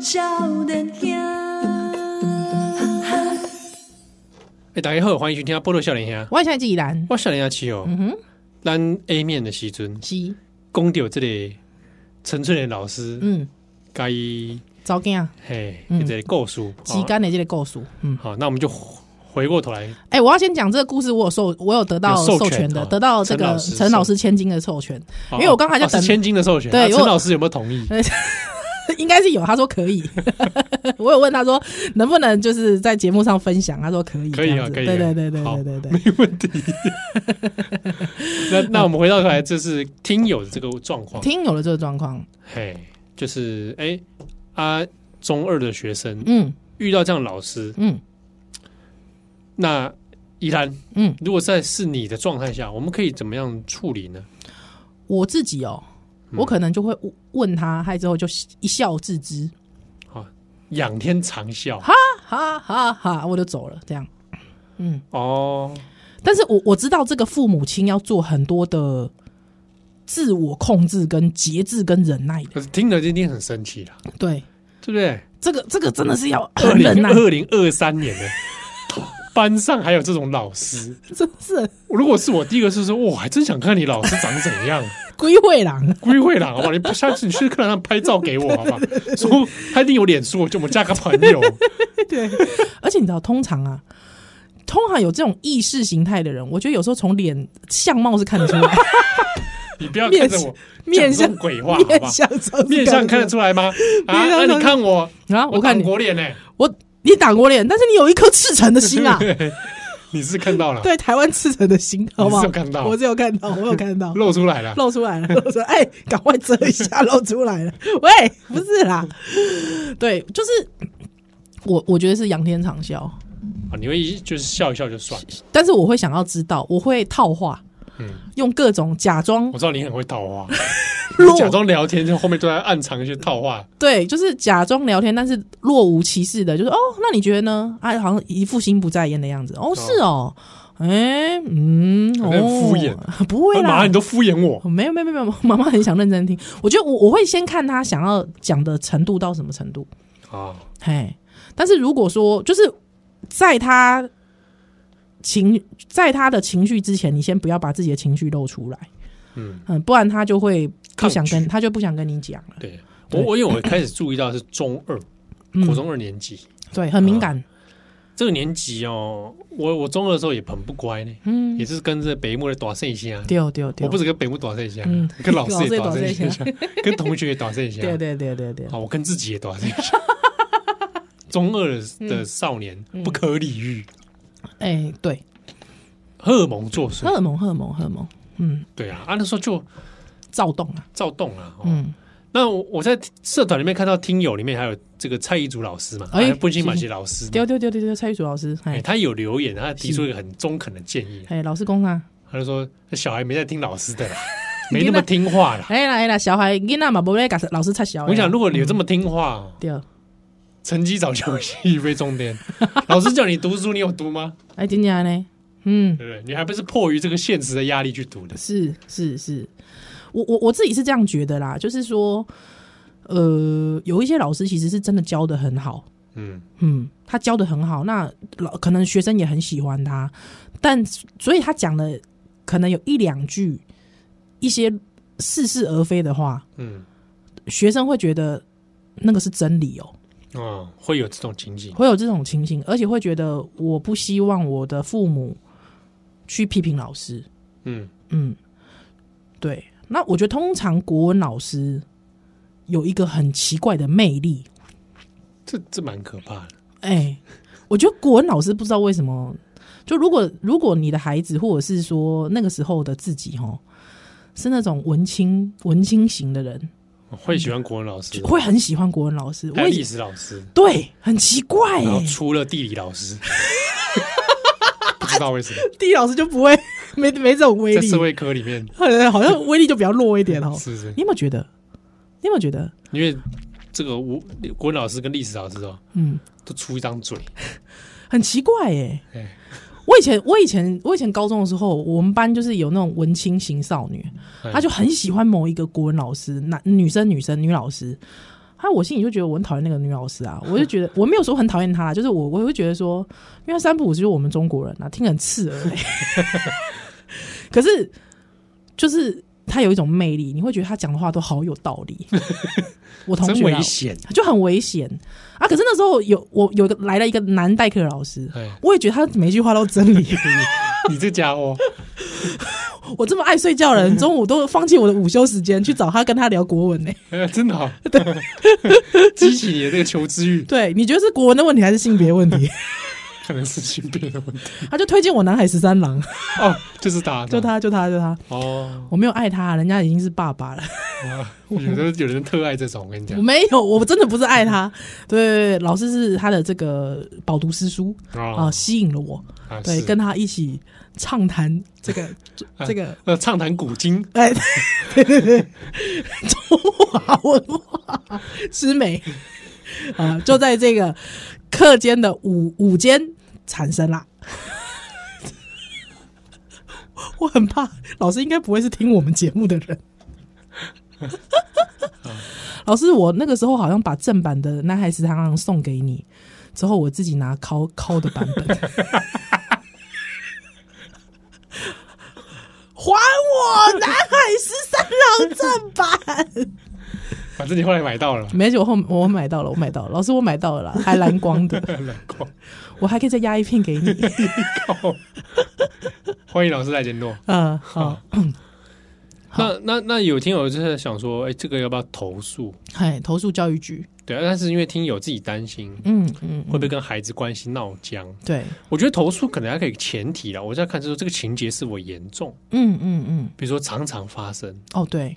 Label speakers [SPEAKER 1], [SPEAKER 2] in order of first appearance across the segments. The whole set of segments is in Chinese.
[SPEAKER 1] 少年兄，
[SPEAKER 2] 哎、大家好，欢迎收听《波罗少年兄》，
[SPEAKER 3] 我现在自己拦，
[SPEAKER 2] 我少年兄七哦。
[SPEAKER 3] 嗯哼，
[SPEAKER 2] 咱 A 面的时阵，
[SPEAKER 3] 是，
[SPEAKER 2] 讲到这个陈春莲老师，
[SPEAKER 3] 嗯，
[SPEAKER 2] 甲伊
[SPEAKER 3] 早
[SPEAKER 2] 哦
[SPEAKER 3] 间
[SPEAKER 2] 嘿，
[SPEAKER 3] 嗯
[SPEAKER 2] 一个故事，哦
[SPEAKER 3] 期间的这个构诉，嗯，
[SPEAKER 2] 好，那我们就回过头来，
[SPEAKER 3] 哎、我要先讲这个故事，我有授，我有得到
[SPEAKER 2] 有授权
[SPEAKER 3] 权的，
[SPEAKER 2] 哦
[SPEAKER 3] 得到这
[SPEAKER 2] 陈
[SPEAKER 3] 个
[SPEAKER 2] 老师
[SPEAKER 3] 陈老师千金的授权，
[SPEAKER 2] 因
[SPEAKER 3] 为我刚才就等
[SPEAKER 2] 哦千金的授权，
[SPEAKER 3] 对
[SPEAKER 2] 啊陈
[SPEAKER 3] 我
[SPEAKER 2] 老师有没有同意？
[SPEAKER 3] 应该是有，他说可 以，我有问他说能不能就是在节目上分享，他说可以，
[SPEAKER 2] 可以
[SPEAKER 3] 这
[SPEAKER 2] 啊
[SPEAKER 3] 样子
[SPEAKER 2] 可以啊
[SPEAKER 3] 对对对对
[SPEAKER 2] 好
[SPEAKER 3] 对对对，
[SPEAKER 2] 没问题。 那那我们回到头来，这是听友的这个状况，
[SPEAKER 3] 听有了这个状况，
[SPEAKER 2] 嘿，就是哎、啊，中二的学生
[SPEAKER 3] 嗯
[SPEAKER 2] 遇到这样的老师，
[SPEAKER 3] 嗯
[SPEAKER 2] 那依然
[SPEAKER 3] 嗯，
[SPEAKER 2] 如果在是你的状态下，我们可以怎么样处理呢？
[SPEAKER 3] 我自己哦，
[SPEAKER 2] 嗯
[SPEAKER 3] 我可能就会问问他，还之后就一笑置之，
[SPEAKER 2] 仰天长啸
[SPEAKER 3] 哈哈哈，我就走了，这样，嗯。
[SPEAKER 2] 哦，
[SPEAKER 3] 但是我我知道这个父母亲要做很多的自我控制、跟节制、跟忍耐的。
[SPEAKER 2] 可是听了就一定很生气了，
[SPEAKER 3] 对，
[SPEAKER 2] 对不对？
[SPEAKER 3] 这个这个真的是要
[SPEAKER 2] 二
[SPEAKER 3] 很忍
[SPEAKER 2] 零
[SPEAKER 3] 耐，
[SPEAKER 2] 二零二三年的 班上还有这种老师，
[SPEAKER 3] 真是
[SPEAKER 2] 如果是我第一个是说，哇，还真想看你老师长怎样，
[SPEAKER 3] 归会郎。
[SPEAKER 2] 归会啦，好不好？你不下次你去课堂上拍照给我，好不好？说他一定有脸书，我就我们加个朋友，
[SPEAKER 3] 而且你知道，通常啊，通常有这种意识形态的人，我觉得有时候从脸相貌是看得出来，
[SPEAKER 2] 你不要看着我
[SPEAKER 3] 面
[SPEAKER 2] 讲这种
[SPEAKER 3] 相
[SPEAKER 2] 鬼话，好不
[SPEAKER 3] 面
[SPEAKER 2] 好？
[SPEAKER 3] 相上是
[SPEAKER 2] 面相看得出来吗？啊，那你看我，
[SPEAKER 3] 来啊！我看
[SPEAKER 2] 党
[SPEAKER 3] 你，
[SPEAKER 2] 国脸呢，！
[SPEAKER 3] 我你打过脸，但是你有一颗赤诚的心啊
[SPEAKER 2] 你是看到了，
[SPEAKER 3] 对台湾赤诚的心，好
[SPEAKER 2] 你
[SPEAKER 3] 不好？
[SPEAKER 2] 是有看到
[SPEAKER 3] 我是有看到，我有看到。
[SPEAKER 2] 露出来了，
[SPEAKER 3] 露出来了， 露出来，哎、赶快遮一下，露出来了。喂，不是啦， 对，就是我，我觉得是仰天长啸，
[SPEAKER 2] 啊你会一就是笑一笑就算了。
[SPEAKER 3] 但是我会想要知道，我会套话，
[SPEAKER 2] 嗯
[SPEAKER 3] 用各种假装
[SPEAKER 2] 我知道你很会套话，
[SPEAKER 3] 落
[SPEAKER 2] 你假装聊天，就后面都在暗藏一些套话。
[SPEAKER 3] 对，就是假装聊天，但是若无其事的，就是哦，那你觉得呢？啊，好像一副心不在焉的样子。哦，是哦，哎、嗯，
[SPEAKER 2] 有
[SPEAKER 3] 哦，
[SPEAKER 2] 点敷衍，
[SPEAKER 3] 不会
[SPEAKER 2] 妈妈，
[SPEAKER 3] 啦
[SPEAKER 2] 啊你。都敷衍我，
[SPEAKER 3] 没有没有没有，妈妈很想认真听。我觉得我我会先看她想要讲的程度到什么程度，
[SPEAKER 2] 啊，
[SPEAKER 3] 嘿，但是如果说就是在他情在他的情绪之前，你先不要把自己的情绪露出来，
[SPEAKER 2] 嗯，
[SPEAKER 3] 嗯，不然他就会不想
[SPEAKER 2] 抗
[SPEAKER 3] 跟他就不想跟你讲了，
[SPEAKER 2] 对我，
[SPEAKER 3] 对
[SPEAKER 2] 我因为我开始注意到是中二，
[SPEAKER 3] 嗯
[SPEAKER 2] 国中二年级
[SPEAKER 3] 对，很敏感，
[SPEAKER 2] 这个年级哦，我我中二的时候也很不乖呢，
[SPEAKER 3] 嗯
[SPEAKER 2] 也，是跟着北木的打一下。
[SPEAKER 3] 对对对，
[SPEAKER 2] 啊我不止跟北木打一下
[SPEAKER 3] 嗯，
[SPEAKER 2] 啊
[SPEAKER 3] 啊
[SPEAKER 2] 跟老师也打
[SPEAKER 3] 老师
[SPEAKER 2] 一
[SPEAKER 3] 也打
[SPEAKER 2] 下，啊跟同学也打一下
[SPEAKER 3] 对，对对对对，
[SPEAKER 2] 啊，我跟自己也打一下。啊 中二的的少年
[SPEAKER 3] 嗯
[SPEAKER 2] 不可理喻，
[SPEAKER 3] 哎，对，
[SPEAKER 2] 荷尔蒙作
[SPEAKER 3] 荷
[SPEAKER 2] 祟。
[SPEAKER 3] 尔蒙荷尔蒙荷尔蒙，嗯，
[SPEAKER 2] 对啊，啊那时候就
[SPEAKER 3] 躁动啊，
[SPEAKER 2] 躁动啊。哦
[SPEAKER 3] 嗯，
[SPEAKER 2] 那我我在社团里面看到听友里面还有这个蔡依竹老师嘛，
[SPEAKER 3] 哎
[SPEAKER 2] 还有布金马奇老师嘛，
[SPEAKER 3] 丢丢丢丢丢，蔡玉竹老师，
[SPEAKER 2] 哎，
[SPEAKER 3] 哎
[SPEAKER 2] 他有留言，他提出一个很中肯的建议啊，
[SPEAKER 3] 哎，老师公啊，
[SPEAKER 2] 他就说小孩没在听老师 的啦，没那么听话啦。
[SPEAKER 3] 哎啦哎啦，小孩囡仔嘛，不会搞老师太小的啦，啊
[SPEAKER 2] 我想，如果你有这么听话哦，
[SPEAKER 3] 对，
[SPEAKER 2] 成绩早就一飞冲 天。老师叫你读书，你有读吗？
[SPEAKER 3] 哎，今年呢，嗯。
[SPEAKER 2] 对不对？你还不是迫于这个现实的压力去读的。
[SPEAKER 3] 是是是，我我我自己是这样觉得啦，就是说，呃，有一些老师其实是真的教的很好，
[SPEAKER 2] 嗯，
[SPEAKER 3] 嗯，他教的很好，那老可能学生也很喜欢他，但所以他讲的可能有一两句一些似是而非的话，
[SPEAKER 2] 嗯
[SPEAKER 3] 学生会觉得那个是真理哦、
[SPEAKER 2] 哦，会有这种情景，
[SPEAKER 3] 会有这种情形，而且会觉得我不希望我的父母去批评老师，
[SPEAKER 2] 嗯，
[SPEAKER 3] 嗯，对。那我觉得通常国文老师有一个很奇怪的魅力，
[SPEAKER 2] 这这蛮可怕的。
[SPEAKER 3] 哎、我觉得国文老师不知道为什么，就如果如果你的孩子或者是说那个时候的自己哦，是那种文青文青型的人，
[SPEAKER 2] 会喜欢国文老师
[SPEAKER 3] 嗯就，会很喜欢国文老师。
[SPEAKER 2] 还有
[SPEAKER 3] 我以
[SPEAKER 2] 历
[SPEAKER 3] 前
[SPEAKER 2] 史老师，
[SPEAKER 3] 对，很奇怪、
[SPEAKER 2] 然后
[SPEAKER 3] 哎，
[SPEAKER 2] 除了地理老 师，不知道为什么
[SPEAKER 3] 地理老师就不会没没这种威
[SPEAKER 2] 在
[SPEAKER 3] 力
[SPEAKER 2] 社，会科里面，
[SPEAKER 3] 好像威力就比较弱一点哦。
[SPEAKER 2] 是不是？
[SPEAKER 3] 你有没有觉得？你有没有觉得？
[SPEAKER 2] 因为这个我国文老师跟历史老师哦，
[SPEAKER 3] 嗯，
[SPEAKER 2] 都出一张嘴，
[SPEAKER 3] 很奇怪耶、
[SPEAKER 2] 哎
[SPEAKER 3] 我以前，我以前，我以前高中的时候，我们班就是有那种文青型少女，
[SPEAKER 2] 哎
[SPEAKER 3] 她就很喜欢某一个国文老师，男女生女生女老师，他我心里就觉得我很讨厌那个女老师啊，我 就觉得我没有说很讨厌她啦，就是我我会觉得说，因为她三不五时就是我们中国人啊，听得很刺耳、 欸。可是就是她有一种魅力，你会觉得她讲的话都好有道 理。我同
[SPEAKER 2] 真
[SPEAKER 3] 学啊
[SPEAKER 2] 危险。
[SPEAKER 3] 就很危险啊！可是那时候有我有一个来了一个男代课老师，
[SPEAKER 2] 哎，
[SPEAKER 3] 我也觉得他每一句话都真理。
[SPEAKER 2] 你这家伙，
[SPEAKER 3] 我这么爱睡觉的人，中午都放弃我的午休时间去找他跟他聊国文呢、
[SPEAKER 2] 哎真 的好，激起你的这个求知欲，
[SPEAKER 3] 对，你觉得是国文的问题还是性别问题？
[SPEAKER 2] 可能是心病的问题
[SPEAKER 3] 他就推荐我《南海十三郎》，
[SPEAKER 2] 哦，就是打，
[SPEAKER 3] 就他就他就他，
[SPEAKER 2] 哦，
[SPEAKER 3] 我没有爱他，人家已经是爸爸了。
[SPEAKER 2] 哇有的有人特爱这种，我跟你讲
[SPEAKER 3] 我，没有，我真的不是爱他。对对对，老师是他的这个饱读诗书啊、
[SPEAKER 2] 啊
[SPEAKER 3] 吸引了我，
[SPEAKER 2] 啊
[SPEAKER 3] 对，
[SPEAKER 2] 是
[SPEAKER 3] 跟他一起畅谈这个这个。
[SPEAKER 2] 呃畅谈古今，
[SPEAKER 3] 哎， 对对对，中华文化之美啊，就在这个课间的午午间产生啦。 我很怕老师应该不会是听我们节目的人。老师，我那个时候好像把正版的《南海食堂》送给你，之后我自己拿拷拷的版本，还我《南海十三郎》正版。
[SPEAKER 2] 反正你后来买到了，
[SPEAKER 3] 没事，我后我买到了，我买到了，老师我买到了啦，还蓝光的，
[SPEAKER 2] 难过，
[SPEAKER 3] 我还可以再压一片给 你。
[SPEAKER 2] 靠哦欢迎老师来联络。
[SPEAKER 3] 嗯，好，
[SPEAKER 2] 那那那有听友就是想说，哎，这个要不要投诉？
[SPEAKER 3] 嗨，哎投诉教育局，
[SPEAKER 2] 对，啊但是因为听友自己担心
[SPEAKER 3] 嗯嗯，
[SPEAKER 2] 会不会跟孩子关系闹僵，
[SPEAKER 3] 对，
[SPEAKER 2] 我觉得投诉可能还可以前提啦，我在看就是说这个情节是否严重，
[SPEAKER 3] 嗯嗯嗯，
[SPEAKER 2] 比如说常常发生，
[SPEAKER 3] 哦对，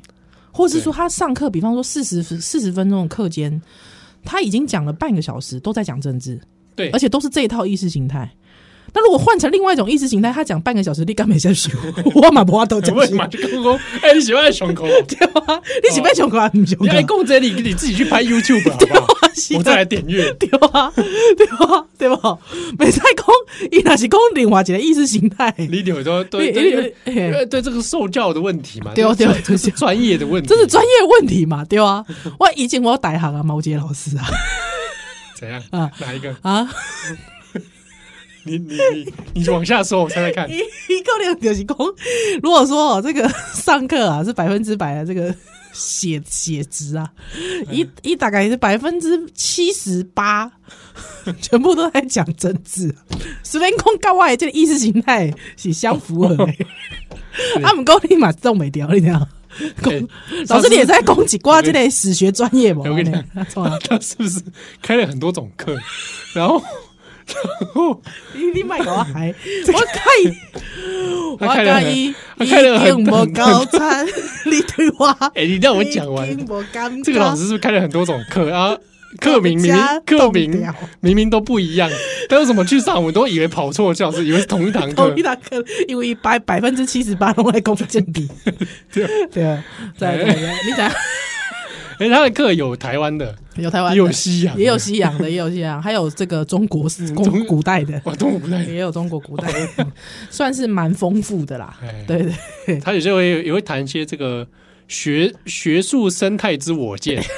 [SPEAKER 3] 或是说他上课，比方说四十四十分钟的课间，他已经讲了半个小时，都在讲政治，
[SPEAKER 2] 对
[SPEAKER 3] 而且都是这一套意识形态。那如果换成另外一种意识形态，他讲半个小时，你干没下去， 我嘛不话都讲
[SPEAKER 2] 为
[SPEAKER 3] 不
[SPEAKER 2] 什么就刚刚哎，你喜欢熊口，
[SPEAKER 3] 对啊吧？你是被穷瓜，啊你穷
[SPEAKER 2] 你
[SPEAKER 3] 瓜，
[SPEAKER 2] 爱共这里，你自己去拍 YouTube 好
[SPEAKER 3] 啊
[SPEAKER 2] 不好？我再来点阅，
[SPEAKER 3] 哎对啊，对啊，对吧？袂使讲，伊若是讲另外一个意识形态，
[SPEAKER 2] 你有时候对
[SPEAKER 3] 对
[SPEAKER 2] 对因
[SPEAKER 3] 对
[SPEAKER 2] 为因为对这个受教的问题嘛，
[SPEAKER 3] 对哦
[SPEAKER 2] 这个
[SPEAKER 3] 对哦
[SPEAKER 2] 这个是专业的问题，
[SPEAKER 3] 这是专业问题嘛？对啊，我以前我有大学啊，毛杰老师啊，
[SPEAKER 2] 怎样
[SPEAKER 3] 啊
[SPEAKER 2] 哪一个？
[SPEAKER 3] 啊，
[SPEAKER 2] 你你你你往下说，我猜猜 看
[SPEAKER 3] 一一个两就是讲，如果说、哦、这个上课啊是百分之百的这个血血值啊，一一大概是百分之七十八， 全部都在讲政治，啊随便讲搞外这个意识形态是相符合的。啊，唔过你嘛冻袂掉，你知道？
[SPEAKER 2] 对
[SPEAKER 3] 老师，你也在攻击瓜这类史学专业吗？
[SPEAKER 2] 我跟你讲
[SPEAKER 3] 这样，错啊
[SPEAKER 2] 他是不是开了很多种课？ 然后然后
[SPEAKER 3] 你你卖给我还， 我开，我
[SPEAKER 2] 他开了很
[SPEAKER 3] 开一，
[SPEAKER 2] 他开了很
[SPEAKER 3] 一定无高产， 你对我，
[SPEAKER 2] 哎，你 让我讲完
[SPEAKER 3] 一，定无感觉
[SPEAKER 2] 哎这个老师是不是开了很多种课 啊？课名明
[SPEAKER 3] 家
[SPEAKER 2] 明课名
[SPEAKER 3] 动掉
[SPEAKER 2] 明明都不一样，但为什么去上我都以为跑错教室，以为是同一堂课
[SPEAKER 3] 同一？堂课，因为百百分之七十八拢来攻击你，
[SPEAKER 2] 对，
[SPEAKER 3] 对啊，在
[SPEAKER 2] 哎
[SPEAKER 3] 你讲
[SPEAKER 2] 哎，他的课有台湾的，
[SPEAKER 3] 有台湾
[SPEAKER 2] 也
[SPEAKER 3] 的
[SPEAKER 2] 有西洋的，
[SPEAKER 3] 也有西洋的，也有西洋，还有这个中 国是
[SPEAKER 2] 中
[SPEAKER 3] 古古代的。
[SPEAKER 2] 哇，东不太。
[SPEAKER 3] 也有中国古代，嗯算是蛮丰富的啦
[SPEAKER 2] 哎。
[SPEAKER 3] 对对对，
[SPEAKER 2] 他有些会也会谈一些这个学学术生态之我见，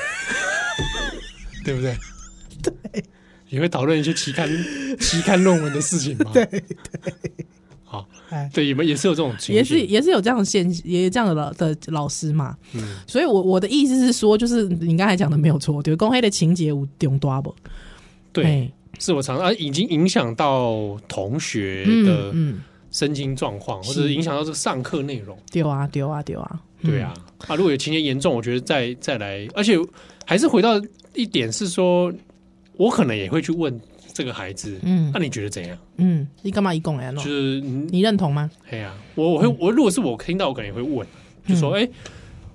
[SPEAKER 2] 对不对？对，也会讨论一些期 刊期刊论文的事情嘛。对对，好
[SPEAKER 3] 哎，
[SPEAKER 2] 对，也也是有这种情形，
[SPEAKER 3] 也是也是有这样的现，也有这样的老的老师嘛。
[SPEAKER 2] 嗯，
[SPEAKER 3] 所以我我的意思是说，就是你刚才讲的没有错，对公黑的情节有中多不？
[SPEAKER 2] 对，
[SPEAKER 3] 嘿，
[SPEAKER 2] 是我常啊，已经影响到同学
[SPEAKER 3] 嗯
[SPEAKER 2] 的
[SPEAKER 3] 嗯，
[SPEAKER 2] 身心状况，或者
[SPEAKER 3] 是
[SPEAKER 2] 是影响到这个上课内容。
[SPEAKER 3] 丢啊丢啊丢啊，嗯
[SPEAKER 2] 对，啊，啊，如果有情节严重，我觉得再再来，而且还是回到一点是说，我可能也会去问这个孩子，
[SPEAKER 3] 嗯
[SPEAKER 2] 那、你觉得怎样？
[SPEAKER 3] 嗯，你干嘛一共哎
[SPEAKER 2] 就
[SPEAKER 3] 喏？
[SPEAKER 2] 是嗯
[SPEAKER 3] 你认嗯同吗？
[SPEAKER 2] 哎呀、我我会我如果是我听到，我可能也会问，就说哎，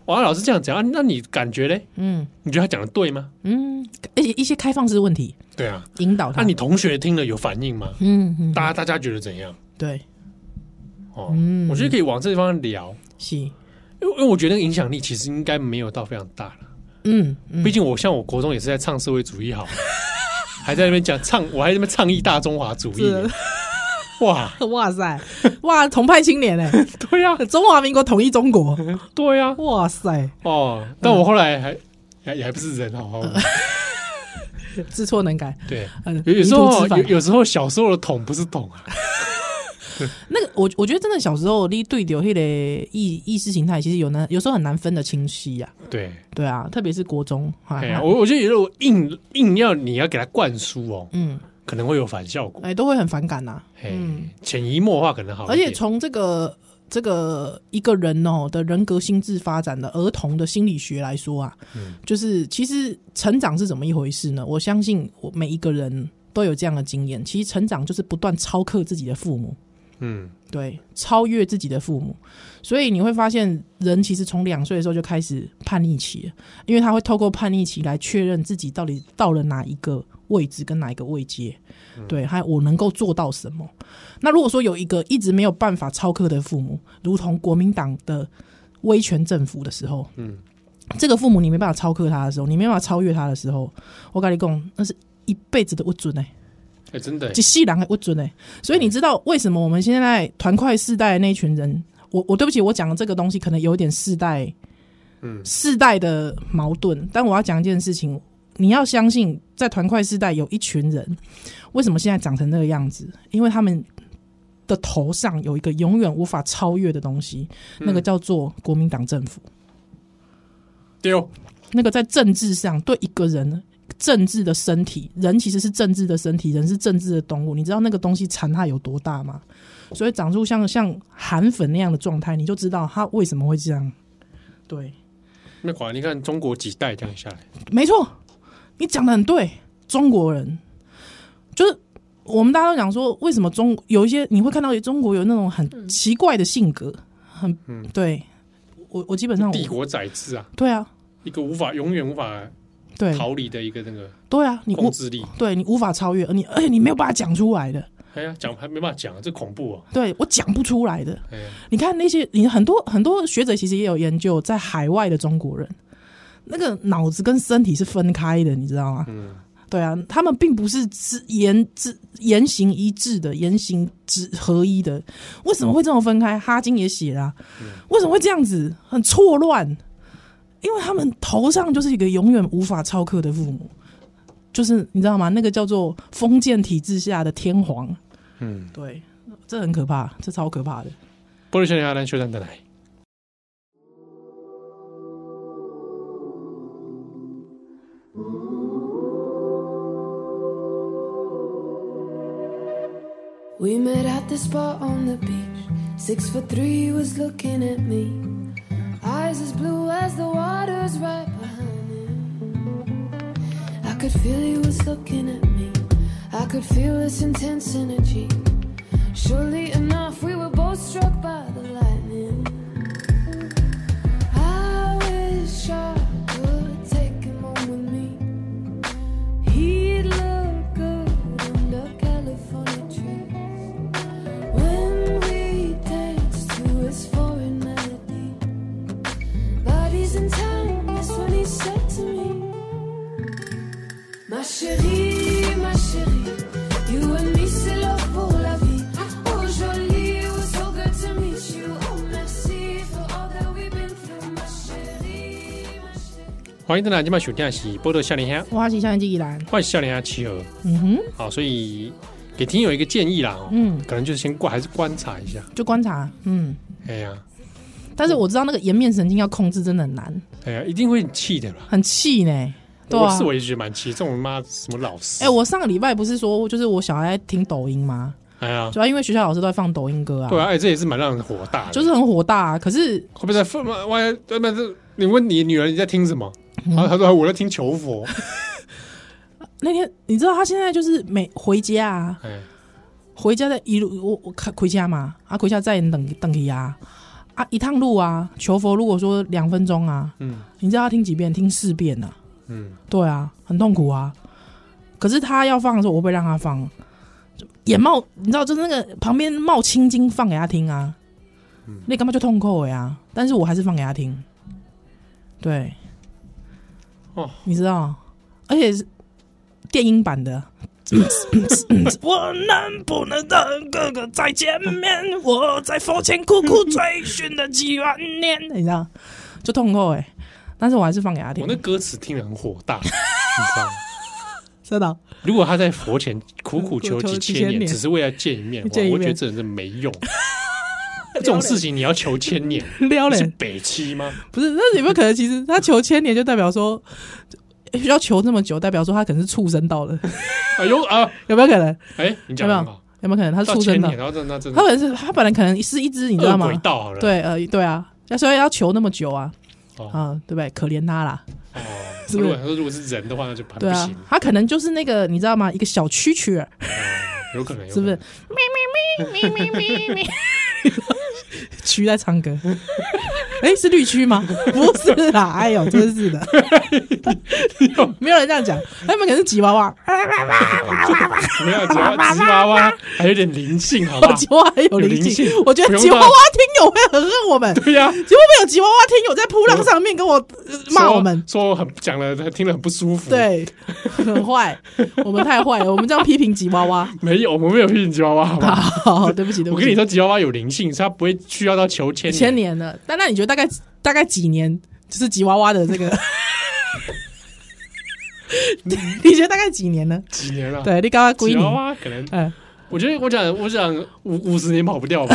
[SPEAKER 2] 王、老师这样讲、啊，那你感觉嘞？
[SPEAKER 3] 嗯
[SPEAKER 2] 你觉得他讲的对吗？
[SPEAKER 3] 嗯，而且一些开放式问题
[SPEAKER 2] 对啊，
[SPEAKER 3] 引导
[SPEAKER 2] 那
[SPEAKER 3] 他，
[SPEAKER 2] 你同学听了有反应吗？
[SPEAKER 3] 嗯嗯，
[SPEAKER 2] 大家大家觉得怎样？
[SPEAKER 3] 对，
[SPEAKER 2] 哦，
[SPEAKER 3] 嗯
[SPEAKER 2] 我觉得可以往这方面聊，
[SPEAKER 3] 是，
[SPEAKER 2] 因为因为我觉得那个影响力其实应该没有到非常大了。
[SPEAKER 3] 嗯嗯
[SPEAKER 2] 毕，竟我像我国中也是在唱社会主义好， 还在那边讲唱，我还在那边倡议大中华主义
[SPEAKER 3] 是
[SPEAKER 2] 呢。哇，
[SPEAKER 3] 哇塞，哇，同派青年哎，
[SPEAKER 2] 对呀、
[SPEAKER 3] 中华民国统一中国，
[SPEAKER 2] 对呀、
[SPEAKER 3] 哇塞，
[SPEAKER 2] 哦！但我后来还也也还不是人，好不好？
[SPEAKER 3] 知错能改。
[SPEAKER 2] 对，
[SPEAKER 3] 嗯，
[SPEAKER 2] 有有时
[SPEAKER 3] 迷途
[SPEAKER 2] 候
[SPEAKER 3] 知
[SPEAKER 2] 有
[SPEAKER 3] 返
[SPEAKER 2] 有时候小时候的桶不是桶啊，
[SPEAKER 3] 那个我我觉得真的小时候你对流迄个意意识形态，其实有难，有时候很难分得清晰呀、
[SPEAKER 2] 对，
[SPEAKER 3] 啊。对啊，特别是国中，
[SPEAKER 2] 哎
[SPEAKER 3] 哎
[SPEAKER 2] 呀，我我就觉得我硬硬要你要给他灌输哦，
[SPEAKER 3] 嗯，
[SPEAKER 2] 可能会有反效果，
[SPEAKER 3] 哎、都会很反感呐、
[SPEAKER 2] 哎，潜移默化可能好
[SPEAKER 3] 嗯而
[SPEAKER 2] 一点，
[SPEAKER 3] 且从这个这个一个人哦的人格心智发展的儿童的心理学来说啊，
[SPEAKER 2] 嗯
[SPEAKER 3] 就是其实成长是怎么一回事呢？我相信我每一个人都有这样的经验，其实成长就是不断超克自己的父母。
[SPEAKER 2] 嗯，
[SPEAKER 3] 对，超越自己的父母，所以你会发现，人其实从两岁的时候就开始叛逆期了，因为他会透过叛逆期来确认自己到底到了哪一个位置跟哪一个位阶，对，还有我能够做到什么。那如果说有一个一直没有办法超克的父母，如同国民党的威权政府的时候，
[SPEAKER 2] 嗯，
[SPEAKER 3] 这个父母你没办法超克他的时候，你没办法超越他的时候，我跟你讲，那是一辈子的不准哎、
[SPEAKER 2] 哎，真的，
[SPEAKER 3] 一世人的不准哎、所以你知道为什么我们现在团块世代的那一群人，我我对不起，我讲的这个东西可能有点世代，
[SPEAKER 2] 嗯
[SPEAKER 3] 世代的矛盾，但我要讲一件事情，你要相信在团块世代有一群人，为什么现在长成那个样子？因为他们的头上有一个永远无法超越的东西，那个叫做国民党政府。
[SPEAKER 2] 丢，
[SPEAKER 3] 那个在政治上对一个人政治的身体，人其实是政治的身体，人是政治的动物。你知道那个东西残害有多大吗？所以长出像像韩粉那样的状态，你就知道他为什么会这样。对，
[SPEAKER 2] 那管你看中国几代这样下来，
[SPEAKER 3] 没错，你讲的很对。中国人就是我们大家都讲说，为什么中有一些你会看到中国有那种很奇怪的性格，很、
[SPEAKER 2] 嗯
[SPEAKER 3] 对我我基本上我
[SPEAKER 2] 帝国宰制啊，
[SPEAKER 3] 对啊
[SPEAKER 2] 一个无法永远无法
[SPEAKER 3] 对
[SPEAKER 2] 逃离的一个那个
[SPEAKER 3] 对啊，你无
[SPEAKER 2] 控制力，
[SPEAKER 3] 对你无法超越，你而且你没有办法讲出来的。
[SPEAKER 2] 哎呀，讲还没办法讲啊，这恐怖啊，
[SPEAKER 3] 对我讲不出来的。
[SPEAKER 2] 哎呀，
[SPEAKER 3] 你看那些，你很多很多学者其实也有研究，在海外的中国人，那个脑子跟身体是分开的，你知道吗？
[SPEAKER 2] 嗯，
[SPEAKER 3] 对啊，他们并不是之言之言行一致的，言行之合一的。为什么会这么分开？哈金也写啦、
[SPEAKER 2] 嗯
[SPEAKER 3] 为什么会这样子？很错乱，因为他们头上就是一个永远无法超克的父母，就是你知道吗？那个叫做封建体制下的天皇。
[SPEAKER 2] 嗯，
[SPEAKER 3] 对，这很可怕，这超可怕的。
[SPEAKER 2] 波多少年阿兰修丹的来。
[SPEAKER 1] We met at the spot on the beach. Six foot three was looking at me. Eyes as blue as the waters right behind him. I could feel he was looking at me. I could feel this intense energy. Surely enough, we were both struck by the lightning. I wish I could take him home with me. He'd look good under California trees when we danced to his foreign melody. But he's in town, that's what he said to me. Ma chérie, ma chérie, you and me, c'est love pour la vie. Oh, jolie, it was so good to meet you. Oh, merci for all that we've been through. Ma chérie, ma chérie.
[SPEAKER 2] 欢迎大家今晚收听的是《波多少年香》，
[SPEAKER 3] 哇，吉祥吉兰，
[SPEAKER 2] 欢迎少年香企鹅。
[SPEAKER 3] 嗯哼，
[SPEAKER 2] 好，所以给听友一个建议啦，哦，
[SPEAKER 3] 嗯
[SPEAKER 2] 可能就是先观还是观察一下。
[SPEAKER 3] 就观察，嗯。
[SPEAKER 2] 哎呀，
[SPEAKER 3] 但是我知道那个颜面神经要控制真的很难，
[SPEAKER 2] 哎呀，一定会很气的啦。
[SPEAKER 3] 很气呢。对
[SPEAKER 2] 我
[SPEAKER 3] 啊
[SPEAKER 2] 是，我也觉得蛮气，这种妈什么老师，
[SPEAKER 3] 哎、我上个礼拜不是说就是我小孩在听抖音吗？
[SPEAKER 2] 哎呀，
[SPEAKER 3] 主要因为学校老师都在放抖音歌啊，
[SPEAKER 2] 对啊，哎，这也是蛮让人火大的。
[SPEAKER 3] 就是很火大、啊。可是
[SPEAKER 2] 会不会在父妈外外面这？你问你女儿你在听什么？
[SPEAKER 3] 嗯
[SPEAKER 2] 然后她说哎我在听求佛。
[SPEAKER 3] 那天你知道他现在就是每回家啊，
[SPEAKER 2] 哎，
[SPEAKER 3] 回家在一路我我看回家嘛，啊回家再等等一啊啊一趟路啊，求佛如果说两分钟啊，
[SPEAKER 2] 嗯
[SPEAKER 3] 你知道他听几遍？听四遍啊。
[SPEAKER 2] 嗯，
[SPEAKER 3] 对啊，很痛苦啊。可是他要放的时候，我会不会让他放，就眼冒你知道，就是那个旁边冒青筋放给他听啊，
[SPEAKER 2] 嗯
[SPEAKER 3] 那干嘛就痛苦呀、啊？但是我还是放给他听，对，
[SPEAKER 2] 哦，
[SPEAKER 3] 你知道，而且是电音 版的。我能不能跟哥哥再见面？我在佛前苦苦追寻的几万年，你知道，就痛苦哎、但是我还是放给他听
[SPEAKER 2] 我那，歌词听得很火 大，你知道吗？
[SPEAKER 3] 真的哦。
[SPEAKER 2] 如果他在佛前苦苦求
[SPEAKER 3] 苦求
[SPEAKER 2] 几
[SPEAKER 3] 几
[SPEAKER 2] 千
[SPEAKER 3] 千
[SPEAKER 2] 年，
[SPEAKER 3] 年
[SPEAKER 2] 只是为了见一面，哇
[SPEAKER 3] 见一
[SPEAKER 2] 我
[SPEAKER 3] 面
[SPEAKER 2] 觉得这人是没用。这种事情你要求千 年，
[SPEAKER 3] 撩
[SPEAKER 2] 你是
[SPEAKER 3] 嘞，
[SPEAKER 2] 北七吗？
[SPEAKER 3] 不是，那有没有可能？其实他求千年，就代表说要求这么久，代表说他可能是畜生到的，
[SPEAKER 2] 哎呦啊！
[SPEAKER 3] 有没有可能？
[SPEAKER 2] 哎，你讲得很好，
[SPEAKER 3] 有没有可能他是
[SPEAKER 2] 到
[SPEAKER 3] 畜
[SPEAKER 2] 千
[SPEAKER 3] 生到
[SPEAKER 2] 年，？然后真的真
[SPEAKER 3] 他
[SPEAKER 2] 的
[SPEAKER 3] 本来是他本来可能是一只，你知道
[SPEAKER 2] 恶
[SPEAKER 3] 吗
[SPEAKER 2] 鬼？道好了，
[SPEAKER 3] 对，呃，对啊，那所以要求那么久啊，
[SPEAKER 2] 哦
[SPEAKER 3] 啊，对不对？可怜他啦，
[SPEAKER 2] 哦，
[SPEAKER 3] 是不
[SPEAKER 2] 如
[SPEAKER 3] 是
[SPEAKER 2] 果他说如果是人的话，那就很
[SPEAKER 3] 对
[SPEAKER 2] 不
[SPEAKER 3] 啊
[SPEAKER 2] 行，，哦
[SPEAKER 3] 他可能就是那个你知道吗？一个小蛐蛐儿，
[SPEAKER 2] 有可能有
[SPEAKER 3] 是不是
[SPEAKER 2] 可能？
[SPEAKER 3] 咪咪咪咪咪咪，蛐在唱歌。哎，是绿 区吗？不是啦，哎呦，真是的，没有人这样讲，他们可能是吉娃娃，
[SPEAKER 2] 没有吉娃吉娃娃 还有点灵性，好吧？
[SPEAKER 3] 吉娃娃有
[SPEAKER 2] 有
[SPEAKER 3] 灵
[SPEAKER 2] 灵
[SPEAKER 3] 性
[SPEAKER 2] 性，
[SPEAKER 3] 我觉
[SPEAKER 2] 不
[SPEAKER 3] 得
[SPEAKER 2] 用
[SPEAKER 3] 吉娃
[SPEAKER 2] 到
[SPEAKER 3] 娃听友会很恨我们，
[SPEAKER 2] 对呀，
[SPEAKER 3] 结果没有吉娃娃听友在扑浪上面跟我呃骂
[SPEAKER 2] 说
[SPEAKER 3] 我们，
[SPEAKER 2] 说我很讲了，听了很不舒服。，
[SPEAKER 3] 对，很坏，我们太坏了，我们这样批评吉娃娃，
[SPEAKER 2] 没有，我们没有批评吉娃娃，好吧？
[SPEAKER 3] 好，对不啊起，对
[SPEAKER 2] 我
[SPEAKER 3] 不
[SPEAKER 2] 跟你
[SPEAKER 3] 起，
[SPEAKER 2] 说，吉娃娃有灵性，所以它不会需要到求千
[SPEAKER 3] 千年了，但那你觉得大概大概几年就是吉娃娃的这个？ 你觉得大概几年呢？
[SPEAKER 2] 几年了。
[SPEAKER 3] 对你刚刚归
[SPEAKER 2] 吉
[SPEAKER 3] 你，
[SPEAKER 2] 娃娃可能，
[SPEAKER 3] 嗯，
[SPEAKER 2] 我觉得我讲我讲五五十年跑不掉吧。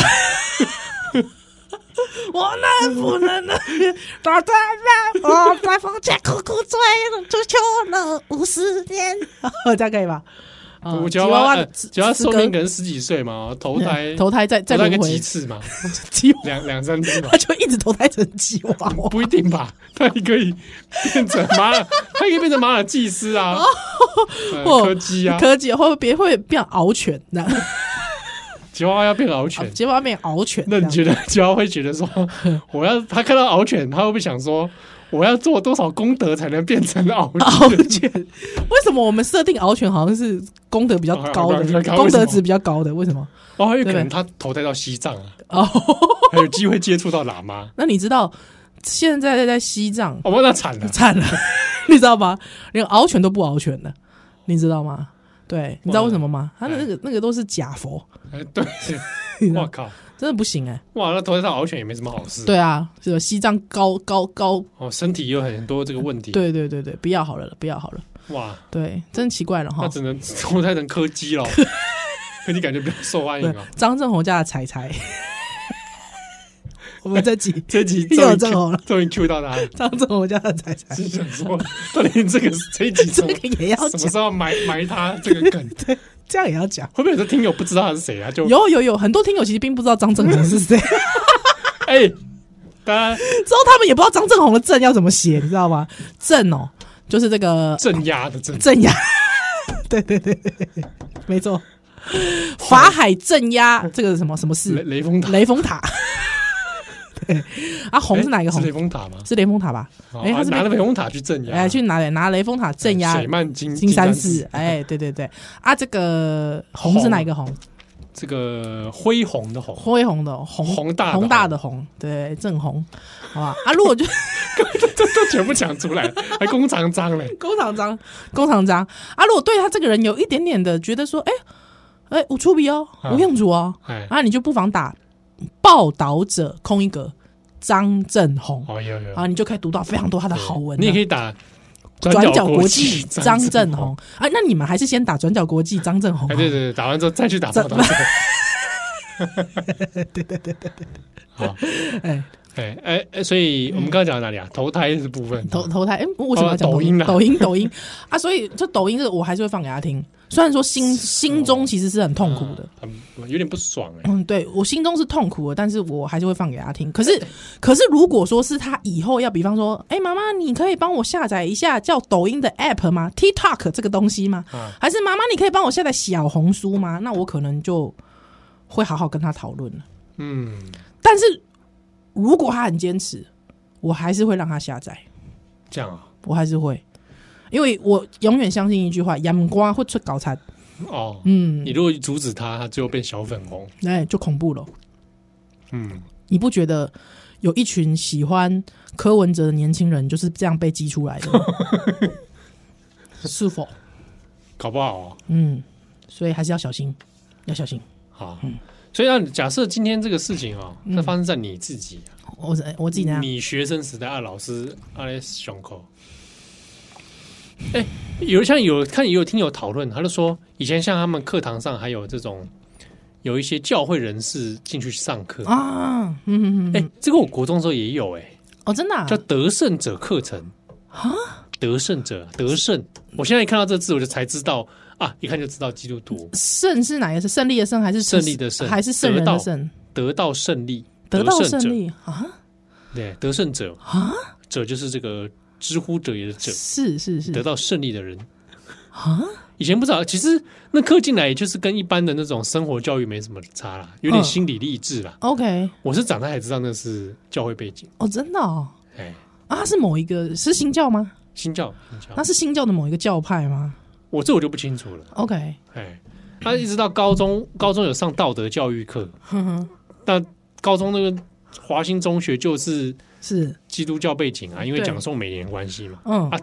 [SPEAKER 3] 我能不能 呢？打断了，我把房间苦苦追了足球了五十年， 这样可以吧？啊
[SPEAKER 2] 我
[SPEAKER 3] 吉
[SPEAKER 2] 吉娃娃呃
[SPEAKER 3] 的
[SPEAKER 2] 吉娃娃
[SPEAKER 3] 诗
[SPEAKER 2] 寿
[SPEAKER 3] 歌
[SPEAKER 2] 命可能十几岁嘛，投 胎
[SPEAKER 3] 投胎再再
[SPEAKER 2] 投胎
[SPEAKER 3] 轮
[SPEAKER 2] 个
[SPEAKER 3] 回
[SPEAKER 2] 几，次嘛，
[SPEAKER 3] 吉娃
[SPEAKER 2] 两两三次嘛
[SPEAKER 3] 娃，就一直投胎成吉娃娃。
[SPEAKER 2] 不一定吧？他也可以变成马尔，他也可以变成马尔济斯啊，呃
[SPEAKER 3] 哦
[SPEAKER 2] 柯基啊，
[SPEAKER 3] 柯基会不会别会变獒犬这样？
[SPEAKER 2] 吉娃娃要变獒 犬。
[SPEAKER 3] 吉娃娃变獒犬哦这
[SPEAKER 2] 那
[SPEAKER 3] 样，
[SPEAKER 2] 你觉得吉娃娃会觉得说，我要他看到獒犬，他会不会想说，我要做多少功德才能变成獒犬？
[SPEAKER 3] 獒犬？为什么我们设定獒犬好像是功德比较高
[SPEAKER 2] 哦好像比较
[SPEAKER 3] 的，
[SPEAKER 2] 高
[SPEAKER 3] 功德
[SPEAKER 2] 为什
[SPEAKER 3] 值
[SPEAKER 2] 么
[SPEAKER 3] 比较高的？为什么？
[SPEAKER 2] 哦，还有可能
[SPEAKER 3] 对
[SPEAKER 2] 他投胎到西藏啊，
[SPEAKER 3] 哦，
[SPEAKER 2] 还有机会接触到喇嘛，
[SPEAKER 3] 那你知道现在在西藏
[SPEAKER 2] 哦，那惨了，
[SPEAKER 3] 惨了， 你知道吗？连獒犬都不獒犬了，你知道吗？对，你知道为什么吗？他的那个那个都是假佛，
[SPEAKER 2] 哎， 对，
[SPEAKER 3] 你知
[SPEAKER 2] 我
[SPEAKER 3] 道
[SPEAKER 2] 靠，
[SPEAKER 3] 真的不行哎。
[SPEAKER 2] 哇，那投胎到獒犬也没什么好事，，
[SPEAKER 3] 对啊，是吧？西藏高高高，
[SPEAKER 2] 哦，身体有很多这个问题，，
[SPEAKER 3] 对对对对，不要好了，不要好了，
[SPEAKER 2] 哇，
[SPEAKER 3] 对，真奇怪了哈
[SPEAKER 2] 那。只能 投胎成柯基 了，柯基感觉比较受欢迎
[SPEAKER 3] 对
[SPEAKER 2] 啊。，
[SPEAKER 3] 张正宏家的彩彩， 我们这集
[SPEAKER 2] 这集
[SPEAKER 3] 又
[SPEAKER 2] 终于
[SPEAKER 3] 有正
[SPEAKER 2] Q-
[SPEAKER 3] 红了，
[SPEAKER 2] 终于 Q 到他了，
[SPEAKER 3] 张正宏家的彩彩，
[SPEAKER 2] 只想说，到底这个这一集
[SPEAKER 3] 这
[SPEAKER 2] 怎么
[SPEAKER 3] 个也要
[SPEAKER 2] 什么
[SPEAKER 3] 讲
[SPEAKER 2] 时，候埋埋他这个 梗？
[SPEAKER 3] 这样也要讲。
[SPEAKER 2] 会不会有的听友不知道他是谁啊？就
[SPEAKER 3] 有有有，很多听友其实并不知道张正宏是谁， 之
[SPEAKER 2] 哎，大家
[SPEAKER 3] 后他们也不知道张正宏的“正”要怎么写，你知道吗？“正”哦，就是这个
[SPEAKER 2] 镇压的镇，
[SPEAKER 3] 镇压， 对对对对，对没错，法海镇压 这个什么什么
[SPEAKER 2] 雷
[SPEAKER 3] 事？
[SPEAKER 2] 雷峰塔，
[SPEAKER 3] 雷峰 塔，对啊，红是哪一
[SPEAKER 2] 哎
[SPEAKER 3] 个红
[SPEAKER 2] 是？雷峰塔吗？
[SPEAKER 3] 是雷峰塔吧？
[SPEAKER 2] 哦
[SPEAKER 3] 哎，他是被
[SPEAKER 2] 拿了雷峰塔去镇压，
[SPEAKER 3] 哎，去拿来拿雷峰塔镇压
[SPEAKER 2] 水漫金
[SPEAKER 3] 金山
[SPEAKER 2] 山
[SPEAKER 3] 寺，，哎，对对对，啊，这个红是哪一个红？
[SPEAKER 2] 这个恢宏的宏，
[SPEAKER 3] 灰红的红，
[SPEAKER 2] 宏大的
[SPEAKER 3] 宏
[SPEAKER 2] 宏
[SPEAKER 3] 大的红，对，正红，好吧？啊，如 果就，
[SPEAKER 2] 这都全部讲出来 了，还弓长张嘞
[SPEAKER 3] 工厂长，工厂长啊，如果对他这个人有一点点的觉得说，哎哎，我出笔哦，
[SPEAKER 2] 啊
[SPEAKER 3] 吴彦祖哦，
[SPEAKER 2] 哎，
[SPEAKER 3] 啊，你就不妨打报道者空一格张正红
[SPEAKER 2] 哦有有，
[SPEAKER 3] 啊，你就可以读到非常多他的好文啊。
[SPEAKER 2] 你也可以打
[SPEAKER 3] 转角
[SPEAKER 2] 国
[SPEAKER 3] 国际张正宏，嗯啊，那你们还是先打转角国际张正宏
[SPEAKER 2] 哎，
[SPEAKER 3] 好
[SPEAKER 2] 对
[SPEAKER 3] 了。
[SPEAKER 2] 对对，打完之后再去打报道。对对对 对，好，
[SPEAKER 3] 哎，
[SPEAKER 2] 哎哎哎，所以我们刚刚讲到哪里啊？投胎的部分，
[SPEAKER 3] 投投胎，哎、为什么要讲
[SPEAKER 2] 哦
[SPEAKER 3] 抖
[SPEAKER 2] 抖
[SPEAKER 3] 音？
[SPEAKER 2] 音啊
[SPEAKER 3] 抖音，抖音 啊！所以这抖音这个，我还是会放给他听。虽然说心心中其实是很痛苦的，
[SPEAKER 2] 嗯，有点不爽哎。
[SPEAKER 3] 嗯，对我心中是痛苦的，但是我还是会放给他听。可是，可是如果说是他以后要，比方说，哎、妈妈，你可以帮我下载一下叫抖音的 app 吗？TikTok 这个东西吗？
[SPEAKER 2] 啊
[SPEAKER 3] 还是妈妈，你可以帮我下载小红书吗？那我可能就会好好跟他讨论了。
[SPEAKER 2] 嗯，
[SPEAKER 3] 但是如果他很坚持，我还是会让他下载。
[SPEAKER 2] 这样啊，
[SPEAKER 3] 我还是会，因为我永远相信一句话：阳光会出搞惨。
[SPEAKER 2] 哦，
[SPEAKER 3] 嗯
[SPEAKER 2] 你，如果阻止他，他最后变小粉红。
[SPEAKER 3] 哎，就恐怖了。
[SPEAKER 2] 嗯，
[SPEAKER 3] 你不觉得有一群喜欢柯文哲的年轻人就是这样被激出来的 吗？是否？
[SPEAKER 2] 搞不好哦
[SPEAKER 3] 嗯，所以还是要小心，要小心。
[SPEAKER 2] 好。所以让你假设今天这个事情哦，它发生在你自己，
[SPEAKER 3] 我是我自己那样，
[SPEAKER 2] 你学生时代啊，老师阿来胸口。哎、有像有看也有听友讨论，他就说以前像他们课堂上还有这种有一些教会人士进去上课，哎、
[SPEAKER 3] 啊，嗯嗯嗯，
[SPEAKER 2] 这个我国中的时候也有、哎，
[SPEAKER 3] 哦，真的、啊
[SPEAKER 2] 叫，得胜者课程啊，得胜者得胜，我现在一看到这字我就才知道啊，一看就知道基督徒
[SPEAKER 3] 胜是哪一个胜？胜利的胜还是
[SPEAKER 2] 胜利的胜
[SPEAKER 3] 还是圣人的胜？
[SPEAKER 2] 得到胜利，
[SPEAKER 3] 得到
[SPEAKER 2] 胜
[SPEAKER 3] 胜
[SPEAKER 2] 者，
[SPEAKER 3] 利啊
[SPEAKER 2] 对，得胜者
[SPEAKER 3] 啊，
[SPEAKER 2] 者就是这个知乎者也的者，
[SPEAKER 3] 是是是
[SPEAKER 2] 得到胜利的人。
[SPEAKER 3] 啊，
[SPEAKER 2] 以前不知道，其实那课进来也就是跟一般的那种生活教育没什么差啦，有点
[SPEAKER 3] 嗯
[SPEAKER 2] 心理励志啦。
[SPEAKER 3] OK，
[SPEAKER 2] 我是长大才知道那是教会背景，
[SPEAKER 3] 哦，真的哦，
[SPEAKER 2] 哎，
[SPEAKER 3] 啊，是某一个是新教吗？
[SPEAKER 2] 新教新教
[SPEAKER 3] 那，是新教的某一个教派吗
[SPEAKER 2] 我这我就不清楚了。
[SPEAKER 3] ？OK，
[SPEAKER 2] 哎，他一直到高中，高中有上道德教育课，
[SPEAKER 3] 哼哼，
[SPEAKER 2] 那高中那个华兴中学就是
[SPEAKER 3] 是，
[SPEAKER 2] 基督教背景啊，因为
[SPEAKER 3] 对
[SPEAKER 2] 讲授每年关系嘛，
[SPEAKER 3] 嗯
[SPEAKER 2] 啊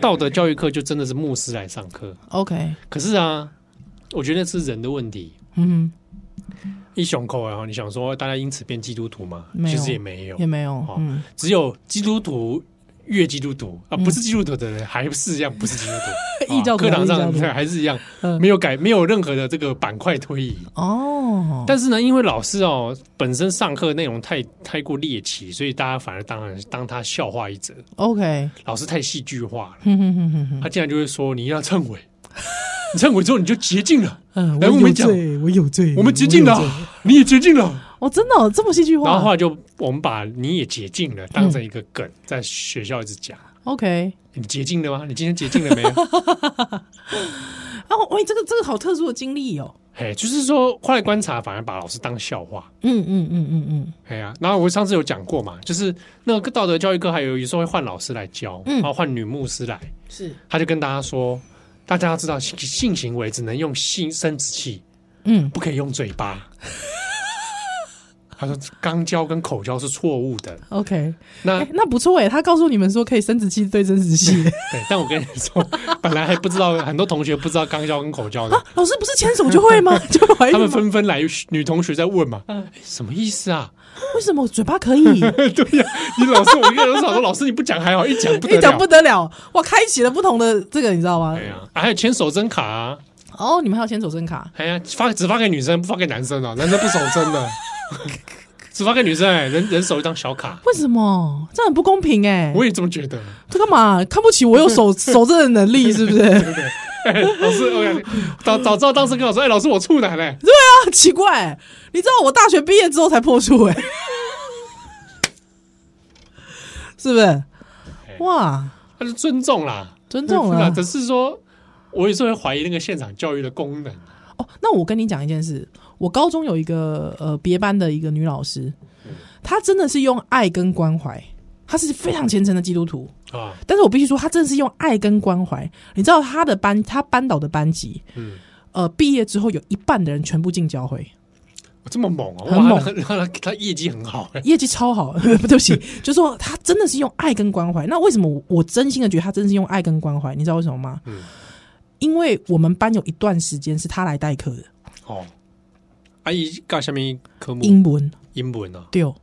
[SPEAKER 2] 道德教育课就真的是牧师来上课。
[SPEAKER 3] ，OK，
[SPEAKER 2] 可是啊，我觉得是人的问题。
[SPEAKER 3] 嗯
[SPEAKER 2] 一雄口啊，你想说大家因此变基督徒吗？
[SPEAKER 3] 没
[SPEAKER 2] 其
[SPEAKER 3] 有
[SPEAKER 2] 实也没有
[SPEAKER 3] 哼，也，没有，
[SPEAKER 2] 哦
[SPEAKER 3] 嗯，
[SPEAKER 2] 只有基督徒越基督徒啊，不是基督徒的人还是一样不是基督徒，
[SPEAKER 3] 异教徒
[SPEAKER 2] 啊课堂
[SPEAKER 3] 还是异
[SPEAKER 2] 上
[SPEAKER 3] 教徒
[SPEAKER 2] 对还是一样，
[SPEAKER 3] 嗯
[SPEAKER 2] 没有改，没有任何的这个板块推移。
[SPEAKER 3] 哦，
[SPEAKER 2] 但是呢，因为老师哦本身上课内容太太过猎奇，所以大家反而当然当他笑话一则。
[SPEAKER 3] 嗯 OK， 嗯
[SPEAKER 2] 老师太戏剧化了，
[SPEAKER 3] 哼哼哼哼哼，
[SPEAKER 2] 他竟然就会说：“你一定要忏 悔，你忏悔之后你就洁净了，
[SPEAKER 3] 嗯，
[SPEAKER 2] 来
[SPEAKER 3] 我
[SPEAKER 2] 哎我们
[SPEAKER 3] 有
[SPEAKER 2] 讲
[SPEAKER 3] 罪，我有罪，
[SPEAKER 2] 我们洁净
[SPEAKER 3] 有
[SPEAKER 2] 了
[SPEAKER 3] 罪，
[SPEAKER 2] 你也洁净了。”
[SPEAKER 3] 哦，真的哦这么戏剧
[SPEAKER 2] 然后后
[SPEAKER 3] 化
[SPEAKER 2] 来就我们把你也解禁了当成一个梗，在学校一直讲。
[SPEAKER 3] ，OK，
[SPEAKER 2] 你解禁了吗？你今天解禁了没 有？
[SPEAKER 3] 啊，喂，这个这个好特殊的经历哦，
[SPEAKER 2] 哎，就是说，后来观察反而把老师当笑话。
[SPEAKER 3] 嗯嗯嗯嗯嗯，
[SPEAKER 2] 哎呀、然后我上次有讲过嘛，就是那个道德教育课，还有有时候会换老师来教，
[SPEAKER 3] 嗯
[SPEAKER 2] 然后换女牧师来，
[SPEAKER 3] 是，
[SPEAKER 2] 他就跟大家说，大家要知道性性行为只能用性生殖器，
[SPEAKER 3] 嗯，
[SPEAKER 2] 不可以用嘴 巴。他说肛交跟口交是错误的。
[SPEAKER 3] OK，
[SPEAKER 2] 那
[SPEAKER 3] 哎、那不错哎，他告诉你们说可以生殖器对生殖 器
[SPEAKER 2] 对，但我跟你说，本来还不知道，很多同学不知道肛交跟口交的
[SPEAKER 3] 啊，，哎老师不是牵手就 会吗？就怀
[SPEAKER 2] 他
[SPEAKER 3] 孕
[SPEAKER 2] 们
[SPEAKER 3] 吗？
[SPEAKER 2] 纷纷来女同学在问嘛，
[SPEAKER 3] 嗯
[SPEAKER 2] 哎什么意思啊？
[SPEAKER 3] 为什么我嘴 巴可以？
[SPEAKER 2] 对呀、你老师，我跟老师说，老师你不讲还好，一讲不得
[SPEAKER 3] 一讲不
[SPEAKER 2] 了。
[SPEAKER 3] 得了，哇，开启了不同的这个，你知道吗
[SPEAKER 2] 哎？呀、啊还有签手真卡啊！
[SPEAKER 3] 哦，你们还有牵手声卡，
[SPEAKER 2] 哎呀，发只发给女生，不发给男生啊，男生不手真的， 只发给女生、哎，人人手一张小卡，
[SPEAKER 3] 为什么？这样很不公平哎！
[SPEAKER 2] 我也这么觉得。
[SPEAKER 3] 他干嘛看不起我有手 手这的能力是不是？ 啊，
[SPEAKER 2] 哎老师，我感觉早早知道当时跟我说，哎，老师我处男嘞、
[SPEAKER 3] 奇怪，你知道我大学毕业之后才破处哎， 是不是？哇，
[SPEAKER 2] 他就尊重啦，
[SPEAKER 3] 尊重啊了、
[SPEAKER 2] 只哎是说，我有时候会怀疑那个现场教育的功能。
[SPEAKER 3] 哦，那我跟你讲一件事，我高中有一个呃别班的一个女老师，她真的是用爱跟关怀，她是非常虔诚的基督徒，
[SPEAKER 2] 啊，
[SPEAKER 3] 但是我必须说，她真的是用爱跟关怀。你知道她的班，她班导的班级，
[SPEAKER 2] 嗯，
[SPEAKER 3] 呃，毕业之后有一半的人全部进教会，
[SPEAKER 2] 这么猛啊，
[SPEAKER 3] 很
[SPEAKER 2] 哇，
[SPEAKER 3] 猛
[SPEAKER 2] 他 他他业绩很好、哎
[SPEAKER 3] 业绩超好。 对不起，就说她真的是用爱跟关怀。那为什么我我真心的觉得她真的是用爱跟关怀？你知道为什么吗？
[SPEAKER 2] 嗯
[SPEAKER 3] 因为我们班有一段时间是她来代课的，
[SPEAKER 2] 哦，阿姨搞下面科目
[SPEAKER 3] 英文
[SPEAKER 2] 英文啊，
[SPEAKER 3] 对哦。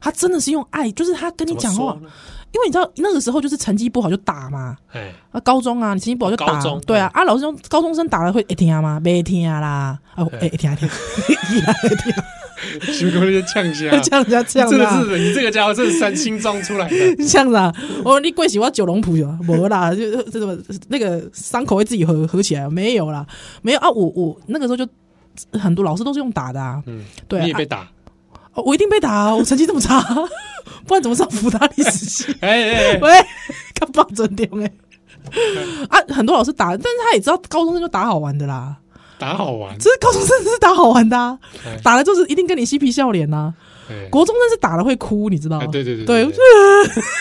[SPEAKER 3] 她真的是用爱，就是她跟你讲话
[SPEAKER 2] 怎么说，呢，
[SPEAKER 3] 因为你知道那个时候就是成绩不好就打嘛，
[SPEAKER 2] 哎，
[SPEAKER 3] 啊，高中啊，你成绩不好就打，
[SPEAKER 2] 高中嗯
[SPEAKER 3] 对啊，啊，老师用高中生打了会会听吗？没听啦，啊，哎、会听会听， 依然会听，
[SPEAKER 2] 徐哥就呛 下，
[SPEAKER 3] 这样子这样
[SPEAKER 2] 真
[SPEAKER 3] 子
[SPEAKER 2] 的
[SPEAKER 3] 啊，
[SPEAKER 2] 是你这个家伙，这是三星装出来的，
[SPEAKER 3] 这样子啊，我说你贵喜欢九龙谱有没啦？ 就这个那个伤口会自己合合起来，没有啦，没有啊，我我那个时候就很多老师都是用打的啊，
[SPEAKER 2] 嗯，
[SPEAKER 3] 对啊
[SPEAKER 2] 你也被打，
[SPEAKER 3] 哦我一定被打、啊，我成绩这么差， 不然怎么上福大历 史系？
[SPEAKER 2] 哎哎哎，
[SPEAKER 3] 喂，看棒准点哎。啊，很多老师打，但是他也知道高中生就打好玩的啦。
[SPEAKER 2] 打好玩，
[SPEAKER 3] 这高中生是打好玩的、啊
[SPEAKER 2] 哎，
[SPEAKER 3] 打了就是一定跟你嬉皮笑脸啊呐、
[SPEAKER 2] 哎
[SPEAKER 3] 国中生是打了会哭，你知道吗
[SPEAKER 2] 哎？对对对
[SPEAKER 3] 对，
[SPEAKER 2] 对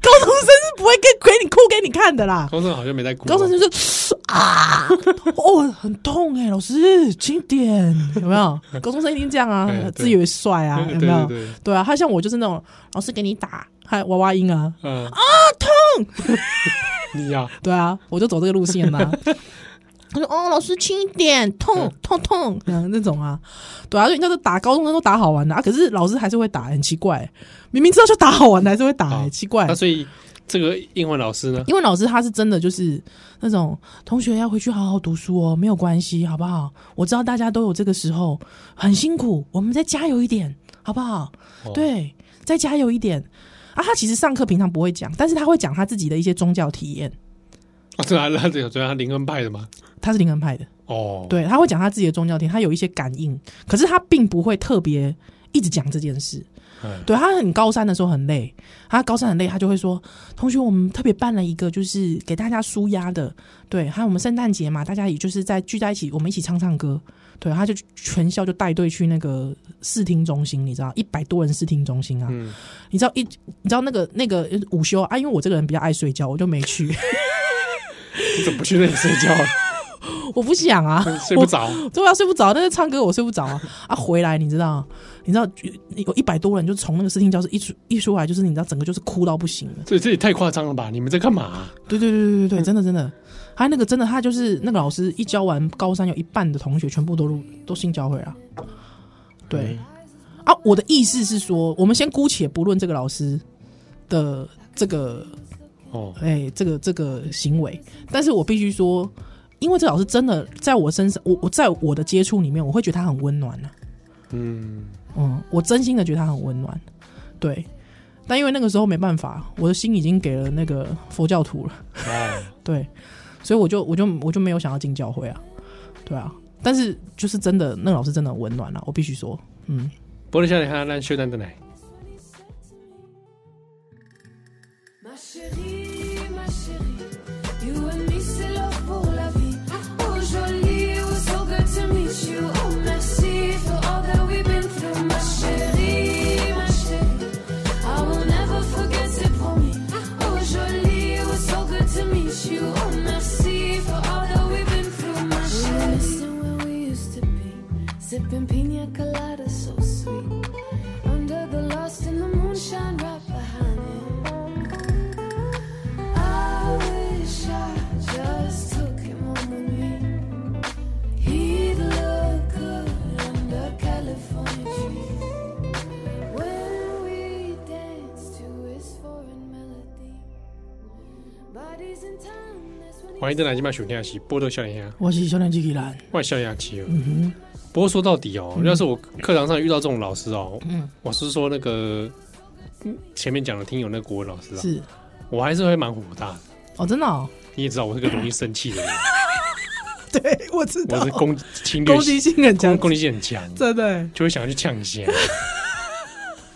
[SPEAKER 3] 高中生是不会给给你哭给你看 的啦。
[SPEAKER 2] 高中好像没在哭，
[SPEAKER 3] 高中生就是啊，哦，很痛哎、老师轻点，有 没有？高中生一定这样啊
[SPEAKER 2] 哎对，
[SPEAKER 3] 自以为帅啊，
[SPEAKER 2] 对
[SPEAKER 3] 有没有？
[SPEAKER 2] 对对对
[SPEAKER 3] 对啊，他像我就是那种老师给你打，还娃娃音啊，
[SPEAKER 2] 嗯啊痛，你呀，
[SPEAKER 3] 对啊，我就走这个路线啦、 他说：“哦，老师轻一点，痛痛痛，嗯，那种啊，对啊，所以那时候打高中生都打好玩的啊，可是老师还是会打，很奇怪，明明知道就打好玩的，还是会打、
[SPEAKER 2] 好
[SPEAKER 3] 很奇怪
[SPEAKER 2] 那。所以这个英文老师呢，
[SPEAKER 3] 因为老师他是真的就是那种同学要回去好好读书哦，没有关系，好不好？我知道大家都有这个时候很辛苦，我们再加油一点，好不好？
[SPEAKER 2] 哦
[SPEAKER 3] 对，再加油一点啊！他其实上课平常不会讲，但是他会讲他自己的一些宗教体验，
[SPEAKER 2] 哦对啊，那这个对啊，林恩派的嘛，
[SPEAKER 3] 他是灵恩派的。
[SPEAKER 2] 哦，
[SPEAKER 3] 对，他会讲他自己的宗教体验，他有一些感应，可是他并不会特别一直讲这件事。
[SPEAKER 2] 嗯
[SPEAKER 3] 对他很高三的时候很累，他高三很累，他就会说：“同学，我们特别办了一个，就是给大家舒压的，对，还有我们圣诞节嘛，大家也就是在聚在一起，我们一起唱唱歌。”对，他就全校就带队去那个视听中心，你知道，一百多人视听中心啊，
[SPEAKER 2] 嗯，
[SPEAKER 3] 你知道一，你知道那个那个午休啊，因为我这个人比较爱睡觉，我就没去，
[SPEAKER 2] 你怎么不去那里睡觉啊？
[SPEAKER 3] 我不想啊，
[SPEAKER 2] 睡不着，
[SPEAKER 3] 对啊，睡不着，但是唱歌我睡不着啊啊！回来你知道，你知道有一百多人就从那个视听教室一出一出来，就是你知道整个就是哭到不行了。
[SPEAKER 2] 这这也太夸张了吧？你们在干嘛啊？
[SPEAKER 3] 对对对对对对，真的真的，还有那个真的他就是那个老师一教完高三有一半的同学全部都入都性教会了。对、啊，我的意思是说，我们先姑且不论这个老师的这个
[SPEAKER 2] 哦，
[SPEAKER 3] 哎、这个这个行为，但是我必须说，因为这老师真的在我身上，我我在我的接触里面，我会觉得他很温暖呢、
[SPEAKER 2] 嗯，
[SPEAKER 3] 嗯，我真心的觉得他很温暖，对。但因为那个时候没办法，我的心已经给了那个佛教徒了，
[SPEAKER 2] 哦，
[SPEAKER 3] 对，所以我就我就我就没有想要进教会啊，对啊。但是就是真的，那个老师真的很温暖啊，我必须说，嗯。
[SPEAKER 2] 玻璃下来看那秀蛋的奶，
[SPEAKER 1] Ma chérie, ma chérie, you and me c'est love pour la vie. Oh jolie, you were so good to meet you. Oh merci for all that we've been through. Ma chérie, ma chérie, I will never forget c'est promis. Oh jolie, you were so good to meet you. Oh merci for all that we've been through. Ma chérie, missing where we used to be, sipping pina colada so sweet. Under the lost in the moonshine right behind you. I wish I just took him home with me. He'd look good under California trees when we danced to his foreign melody. Bodies in time, that's when
[SPEAKER 2] 欢
[SPEAKER 1] he
[SPEAKER 2] 迎再来今麦选天下棋，波多笑脸下，
[SPEAKER 3] 我是小年纪的人，
[SPEAKER 2] 外笑脸棋哦。不过说到底哦，要是我课堂上遇到这种老师哦，
[SPEAKER 3] 嗯
[SPEAKER 2] 我是说那个嗯前面讲的听友那个国文老师啊，
[SPEAKER 3] 是
[SPEAKER 2] 我还是会蛮火大的。
[SPEAKER 3] 哦，真的、哦，
[SPEAKER 2] 你也知道我是个容易生气的人，
[SPEAKER 3] 对我知
[SPEAKER 2] 我是攻侵略
[SPEAKER 3] 攻击性很强
[SPEAKER 2] 攻，攻击性很强，
[SPEAKER 3] 真的
[SPEAKER 2] 就会想要去呛一 下。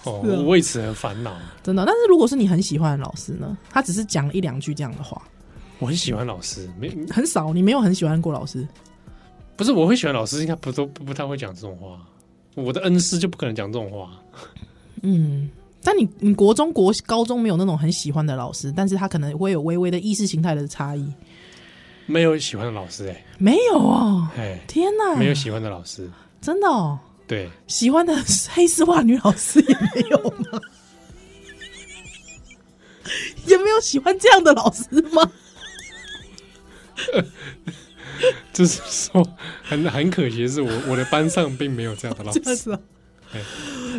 [SPEAKER 2] 哦，
[SPEAKER 3] 是啊
[SPEAKER 2] 我为此而烦恼。
[SPEAKER 3] 真的。但是如果是你很喜欢的老师呢，他只是讲一两句这样的话，
[SPEAKER 2] 我很喜欢老师，没
[SPEAKER 3] 很少，你没有很喜欢过老师。
[SPEAKER 2] 不是我会喜欢老师，应该不都不不太会讲这种话。我的恩师就不可能讲这种话。
[SPEAKER 3] 嗯，但你你国中国高中没有那种很喜欢的老师，但是他可能会有微微的意识形态的差异。
[SPEAKER 2] 没有喜欢的老师、欸
[SPEAKER 3] 没有哦，
[SPEAKER 2] 哎
[SPEAKER 3] 天哪，
[SPEAKER 2] 哎，没有喜欢的老师，
[SPEAKER 3] 真的哦，
[SPEAKER 2] 对，
[SPEAKER 3] 喜欢的黑丝袜女老师也没有吗？ 也没有喜欢这样的老师吗？
[SPEAKER 2] 就是说很很可惜的是我，我的班上并没有这样的老
[SPEAKER 3] 这 样
[SPEAKER 2] 师。
[SPEAKER 3] 子啊
[SPEAKER 2] 对。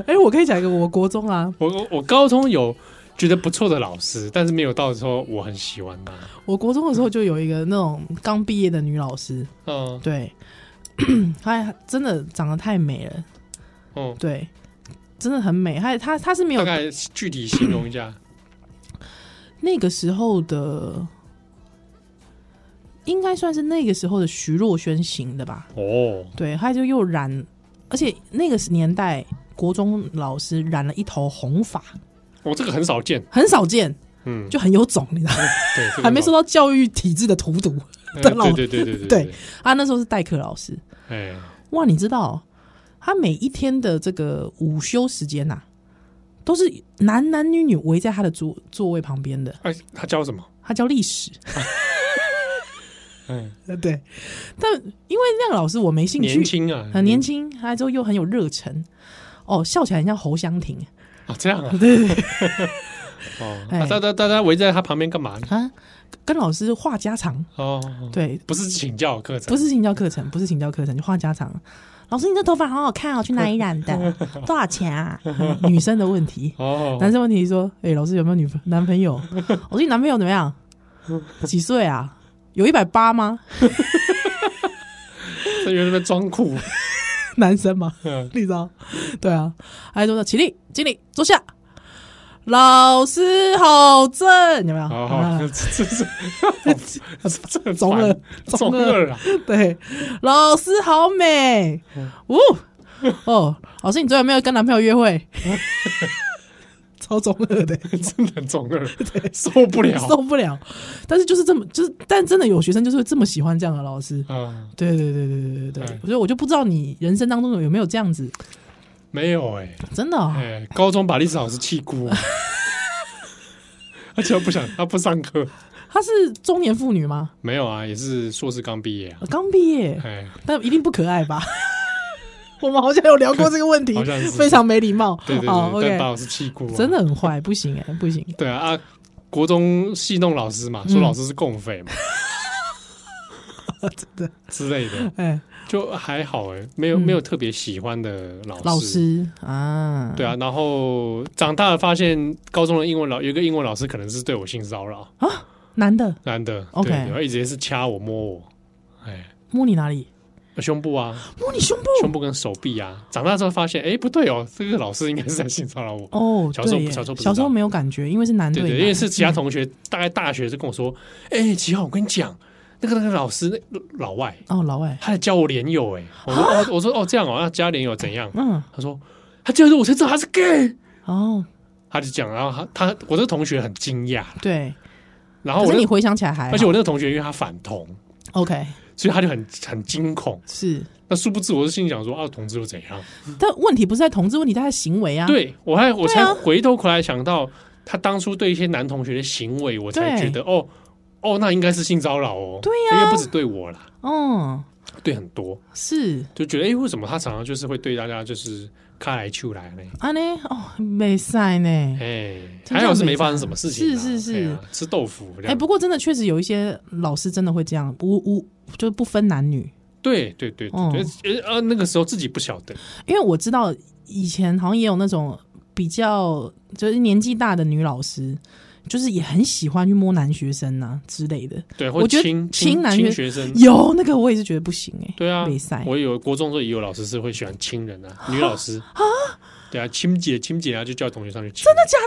[SPEAKER 3] 哎、我可以讲一个，我国中啊，
[SPEAKER 2] 我我我高中有觉得不错的老师，但是没有到说我很喜欢他。
[SPEAKER 3] 我国中的时候就有一个那种刚毕业的女老师，
[SPEAKER 2] 嗯
[SPEAKER 3] 对，她真的长得太美了，
[SPEAKER 2] 嗯，
[SPEAKER 3] 对，真的很美。她她她是没有
[SPEAKER 2] 大概具体形容一下。
[SPEAKER 3] 那个时候的，应该算是那个时候的徐若瑄型的吧？
[SPEAKER 2] 哦，
[SPEAKER 3] 对，她就又染，而且那个年代国中老师染了一头红发，
[SPEAKER 2] 我、哦这个很少见。
[SPEAKER 3] 很少见，
[SPEAKER 2] 嗯，
[SPEAKER 3] 就很有种，你知道吗，
[SPEAKER 2] 对，这个
[SPEAKER 3] 还没
[SPEAKER 2] 老
[SPEAKER 3] 受到教育体制的荼毒。
[SPEAKER 2] 哎
[SPEAKER 3] 的老
[SPEAKER 2] 对对对对
[SPEAKER 3] 对，啊，那时候是代课老师，
[SPEAKER 2] 哎，
[SPEAKER 3] 哇，你知道，他每一天的这个午休时间呐、啊都是男男女女围在他的座座位旁边的。
[SPEAKER 2] 哎，他教什么？
[SPEAKER 3] 他教历史，
[SPEAKER 2] 嗯，
[SPEAKER 3] 对。但因为那个老师我没兴
[SPEAKER 2] 年
[SPEAKER 3] 趣，
[SPEAKER 2] 轻啊，
[SPEAKER 3] 很年轻，他之后又很有热忱，哦，笑起来很像侯湘婷，
[SPEAKER 2] 啊，这样啊， 哦，
[SPEAKER 3] 哎
[SPEAKER 2] 啊大家大家围在他旁边干嘛呢？
[SPEAKER 3] 啊，跟老师话家常。
[SPEAKER 2] 哦，
[SPEAKER 3] 对，
[SPEAKER 2] 不是请教课程，
[SPEAKER 3] 不是请教课程，不是请教课程，就话家常。老师，你这头发好好看哦，去哪里染 的？多少钱啊？嗯女生的问题，
[SPEAKER 2] 哦，
[SPEAKER 3] 男生问题是说，哎、老师有没有女朋男朋 友？我说你男朋友怎么样？几岁啊？有一百八吗？
[SPEAKER 2] 在那边装酷，
[SPEAKER 3] 男生吗？
[SPEAKER 2] 嗯
[SPEAKER 3] 你知道？对啊，还说起立，敬礼，坐下。老师好正，有没有？
[SPEAKER 2] 好
[SPEAKER 3] 有
[SPEAKER 2] 好，
[SPEAKER 3] 没有
[SPEAKER 2] 这这 这这很
[SPEAKER 3] 啊中二
[SPEAKER 2] 烦
[SPEAKER 3] 中
[SPEAKER 2] 中
[SPEAKER 3] 二
[SPEAKER 2] 二啊！
[SPEAKER 3] 对，老师好美，
[SPEAKER 2] 嗯
[SPEAKER 3] 哦哦，老师你昨晚没有跟男朋友 约会？超中二的，
[SPEAKER 2] 真的很中 二，受不了
[SPEAKER 3] 受不了。但是就是这么，就是但真的有学生就是会这么喜欢这样的老师。
[SPEAKER 2] 啊！
[SPEAKER 3] 对对对对对对对
[SPEAKER 2] 哎，
[SPEAKER 3] 所以我就不知道你人生当中有没有这样子，
[SPEAKER 2] 没有哎
[SPEAKER 3] 真的哦、
[SPEAKER 2] 哎，高中把历史老师气哭，而且 他不想他不上课，
[SPEAKER 3] 她是中年妇女吗？呃
[SPEAKER 2] 没有啊，也是硕士刚毕业啊，
[SPEAKER 3] 刚毕业，
[SPEAKER 2] 哎，
[SPEAKER 3] 但一定不可爱吧？ 我们好像有聊过这个问 题
[SPEAKER 2] 好像是，
[SPEAKER 3] 非常没礼貌。
[SPEAKER 2] 对对
[SPEAKER 3] 哦
[SPEAKER 2] 对，但把
[SPEAKER 3] ，OK，
[SPEAKER 2] 老师气哭，啊
[SPEAKER 3] 真的，很坏，不行哎、不行。
[SPEAKER 2] 对啊啊！国中戏弄老师
[SPEAKER 3] 嗯
[SPEAKER 2] 嘛，说老师是共匪嘛
[SPEAKER 3] 真的，
[SPEAKER 2] 之类的，
[SPEAKER 3] 哎、
[SPEAKER 2] 就还好哎，没有没有特别喜欢的
[SPEAKER 3] 老师啊，
[SPEAKER 2] 对啊，然后长大了发现高中的英文老有一个英文老师可能是对我性骚扰，
[SPEAKER 3] 男的
[SPEAKER 2] 男的
[SPEAKER 3] 哦 OK
[SPEAKER 2] 对，然后一直是掐我摸我，哎，
[SPEAKER 3] 摸你哪里？
[SPEAKER 2] 胸部啊，
[SPEAKER 3] 摸你胸部？
[SPEAKER 2] 胸部跟手臂啊。长大之后发现，哎，不对哦，这个老师应该是在性骚扰我。
[SPEAKER 3] 哦，
[SPEAKER 2] 小时候
[SPEAKER 3] 对耶
[SPEAKER 2] 小时候不知道
[SPEAKER 3] 小时候没有感觉，因为是男
[SPEAKER 2] 对
[SPEAKER 3] 对
[SPEAKER 2] 对，
[SPEAKER 3] 男嗯
[SPEAKER 2] 因为是其他同学，大概大学就跟我说，哎，齐浩，我跟你讲，那个那个老师那老外，
[SPEAKER 3] 哦，老外，
[SPEAKER 2] 他在教我连友，哎，我说哦，我说哦这样哦，那加连友怎样？
[SPEAKER 3] 嗯，
[SPEAKER 2] 他说他这样说，我才知道他是 gay。
[SPEAKER 3] 哦，
[SPEAKER 2] 他就讲，然后他他我这个同学很惊讶，
[SPEAKER 3] 对，
[SPEAKER 2] 然后
[SPEAKER 3] 可
[SPEAKER 2] 我
[SPEAKER 3] 是
[SPEAKER 2] 那
[SPEAKER 3] 你回想起来还好，
[SPEAKER 2] 而且我那个同学因为他反同，
[SPEAKER 3] OK
[SPEAKER 2] 所以他就很很惊恐。
[SPEAKER 3] 是，
[SPEAKER 2] 那殊不知我是心里想说啊，同志又怎样？
[SPEAKER 3] 但问题不是在同志，问题在他的行为啊，
[SPEAKER 2] 对我还我
[SPEAKER 3] 对
[SPEAKER 2] 才
[SPEAKER 3] 啊
[SPEAKER 2] 回头回来想到他当初对一些男同学的行为，我才
[SPEAKER 3] 对
[SPEAKER 2] 觉得哦哦，那应该是性骚扰哦。
[SPEAKER 3] 对啊
[SPEAKER 2] 呀、因为不止对我啦，
[SPEAKER 3] 嗯，
[SPEAKER 2] 对很多
[SPEAKER 3] 是
[SPEAKER 2] 就觉得哎、为什么他常常就是会对大家就是开来去来呢？
[SPEAKER 3] 啊呢，哦，没赛呢
[SPEAKER 2] 哎、。
[SPEAKER 3] 真的
[SPEAKER 2] 还好是
[SPEAKER 3] 没
[SPEAKER 2] 没发生
[SPEAKER 3] 差
[SPEAKER 2] 什么事情啦，
[SPEAKER 3] 是是是
[SPEAKER 2] 哎呀吃豆腐这
[SPEAKER 3] 哎、
[SPEAKER 2] 样。
[SPEAKER 3] 不过真的确实有一些老师真的会这样，无无就是不分男女，
[SPEAKER 2] 对对对
[SPEAKER 3] 哦
[SPEAKER 2] 对对，呃、呃那个时候自己不晓得，
[SPEAKER 3] 因为我知道以前好像也有那种比较就是年纪大的女老师，就是也很喜欢去摸男学生呐、之类的。
[SPEAKER 2] 对，
[SPEAKER 3] 我
[SPEAKER 2] 或
[SPEAKER 3] 觉得
[SPEAKER 2] 亲
[SPEAKER 3] 亲
[SPEAKER 2] 亲
[SPEAKER 3] 男
[SPEAKER 2] 亲
[SPEAKER 3] 学
[SPEAKER 2] 学生
[SPEAKER 3] 有那个我也是觉得不行哎、
[SPEAKER 2] 嗯对啊
[SPEAKER 3] 没赛，
[SPEAKER 2] 我有国中的时候也有老师是会喜欢亲人 啊，女老师啊，对啊，亲姐亲姐啊，就叫同学上去亲，真的
[SPEAKER 3] 假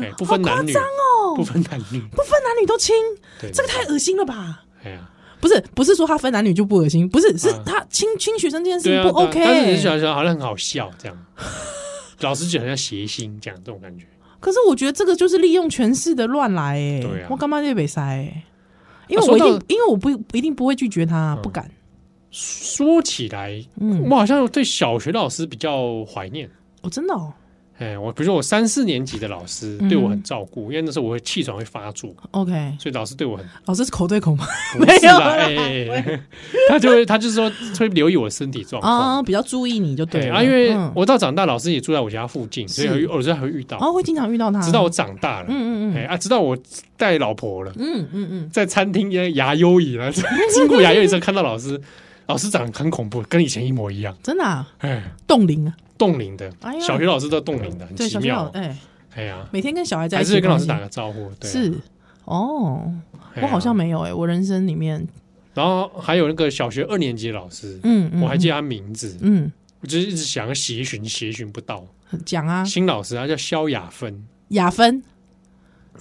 [SPEAKER 3] 的？
[SPEAKER 2] 哎，不分男女，
[SPEAKER 3] 哦，
[SPEAKER 2] 不分男女，
[SPEAKER 3] 不分男女都亲，
[SPEAKER 2] 对，
[SPEAKER 3] 这个太恶心了吧？
[SPEAKER 2] 哎呀，
[SPEAKER 3] 不是不是说他分男女就不恶心，不是是
[SPEAKER 2] 啊
[SPEAKER 3] 他亲亲学生这件事
[SPEAKER 2] 对
[SPEAKER 3] 情
[SPEAKER 2] 啊，
[SPEAKER 3] 不
[SPEAKER 2] 对啊
[SPEAKER 3] OK、
[SPEAKER 2] 但是你想想好像很好笑这样，老师就很像谐星这样这种感觉，
[SPEAKER 3] 可是我觉得这个就是利用权势的乱来哎、
[SPEAKER 2] 对啊
[SPEAKER 3] 我干嘛这北塞哎？因为
[SPEAKER 2] 啊
[SPEAKER 3] 我一
[SPEAKER 2] 说
[SPEAKER 3] 定，
[SPEAKER 2] 到嗯
[SPEAKER 3] 因为我不一定不会拒绝他，不敢。
[SPEAKER 2] 说起来，
[SPEAKER 3] 嗯，
[SPEAKER 2] 我好像对小学老师比较怀念。
[SPEAKER 3] 我真的哦，
[SPEAKER 2] 哎，我比如说我三四年级的老师对我很照顾，因为那时候我会气喘会发作，
[SPEAKER 3] OK，
[SPEAKER 2] 所以老师对我很
[SPEAKER 3] 老师是口对口吗？
[SPEAKER 2] 不是
[SPEAKER 3] 没有啊
[SPEAKER 2] 啦，
[SPEAKER 3] 啦
[SPEAKER 2] 哎哎，哎他就会他就是说会留意我身体状况
[SPEAKER 3] 啊，比较注意你就对
[SPEAKER 2] 哦对
[SPEAKER 3] 了
[SPEAKER 2] 啊，因为
[SPEAKER 3] 嗯
[SPEAKER 2] 我到长大，老师也住在我家附近，所以
[SPEAKER 3] 是
[SPEAKER 2] 有有时候还会遇到。
[SPEAKER 3] 哦会经常遇到他，
[SPEAKER 2] 直到我长大了，
[SPEAKER 3] 嗯嗯
[SPEAKER 2] 哎
[SPEAKER 3] 嗯
[SPEAKER 2] 啊，直到我带老婆了，
[SPEAKER 3] 嗯嗯嗯，
[SPEAKER 2] 在餐厅牙牙优椅了， 经过牙优椅之后看到老师， 老师长得很恐怖，跟以前一模一样，
[SPEAKER 3] 真的啊
[SPEAKER 2] 哎，
[SPEAKER 3] 冻龄啊，
[SPEAKER 2] 冻龄的
[SPEAKER 3] 哎，呀
[SPEAKER 2] 小学老师都冻龄的，很
[SPEAKER 3] 对
[SPEAKER 2] 奇
[SPEAKER 3] 小学
[SPEAKER 2] 妙
[SPEAKER 3] 老
[SPEAKER 2] 哦，
[SPEAKER 3] 哎，
[SPEAKER 2] 哎呀，
[SPEAKER 3] 每天跟小孩在
[SPEAKER 2] 还
[SPEAKER 3] 一
[SPEAKER 2] 是
[SPEAKER 3] 起
[SPEAKER 2] 会跟老
[SPEAKER 3] 关
[SPEAKER 2] 师
[SPEAKER 3] 系，
[SPEAKER 2] 打个招呼，对啊，
[SPEAKER 3] 是哦，
[SPEAKER 2] 哎
[SPEAKER 3] 我
[SPEAKER 2] 呀
[SPEAKER 3] 好像，没有哎，我人生里面，
[SPEAKER 2] 然后还有那个小学二年级的老师，
[SPEAKER 3] 嗯嗯，
[SPEAKER 2] 我还记得他名字，
[SPEAKER 3] 嗯，
[SPEAKER 2] 我就是一直想要协寻，协寻不到，
[SPEAKER 3] 嗯讲啊，
[SPEAKER 2] 新老师，他叫萧雅芬，
[SPEAKER 3] 雅芬，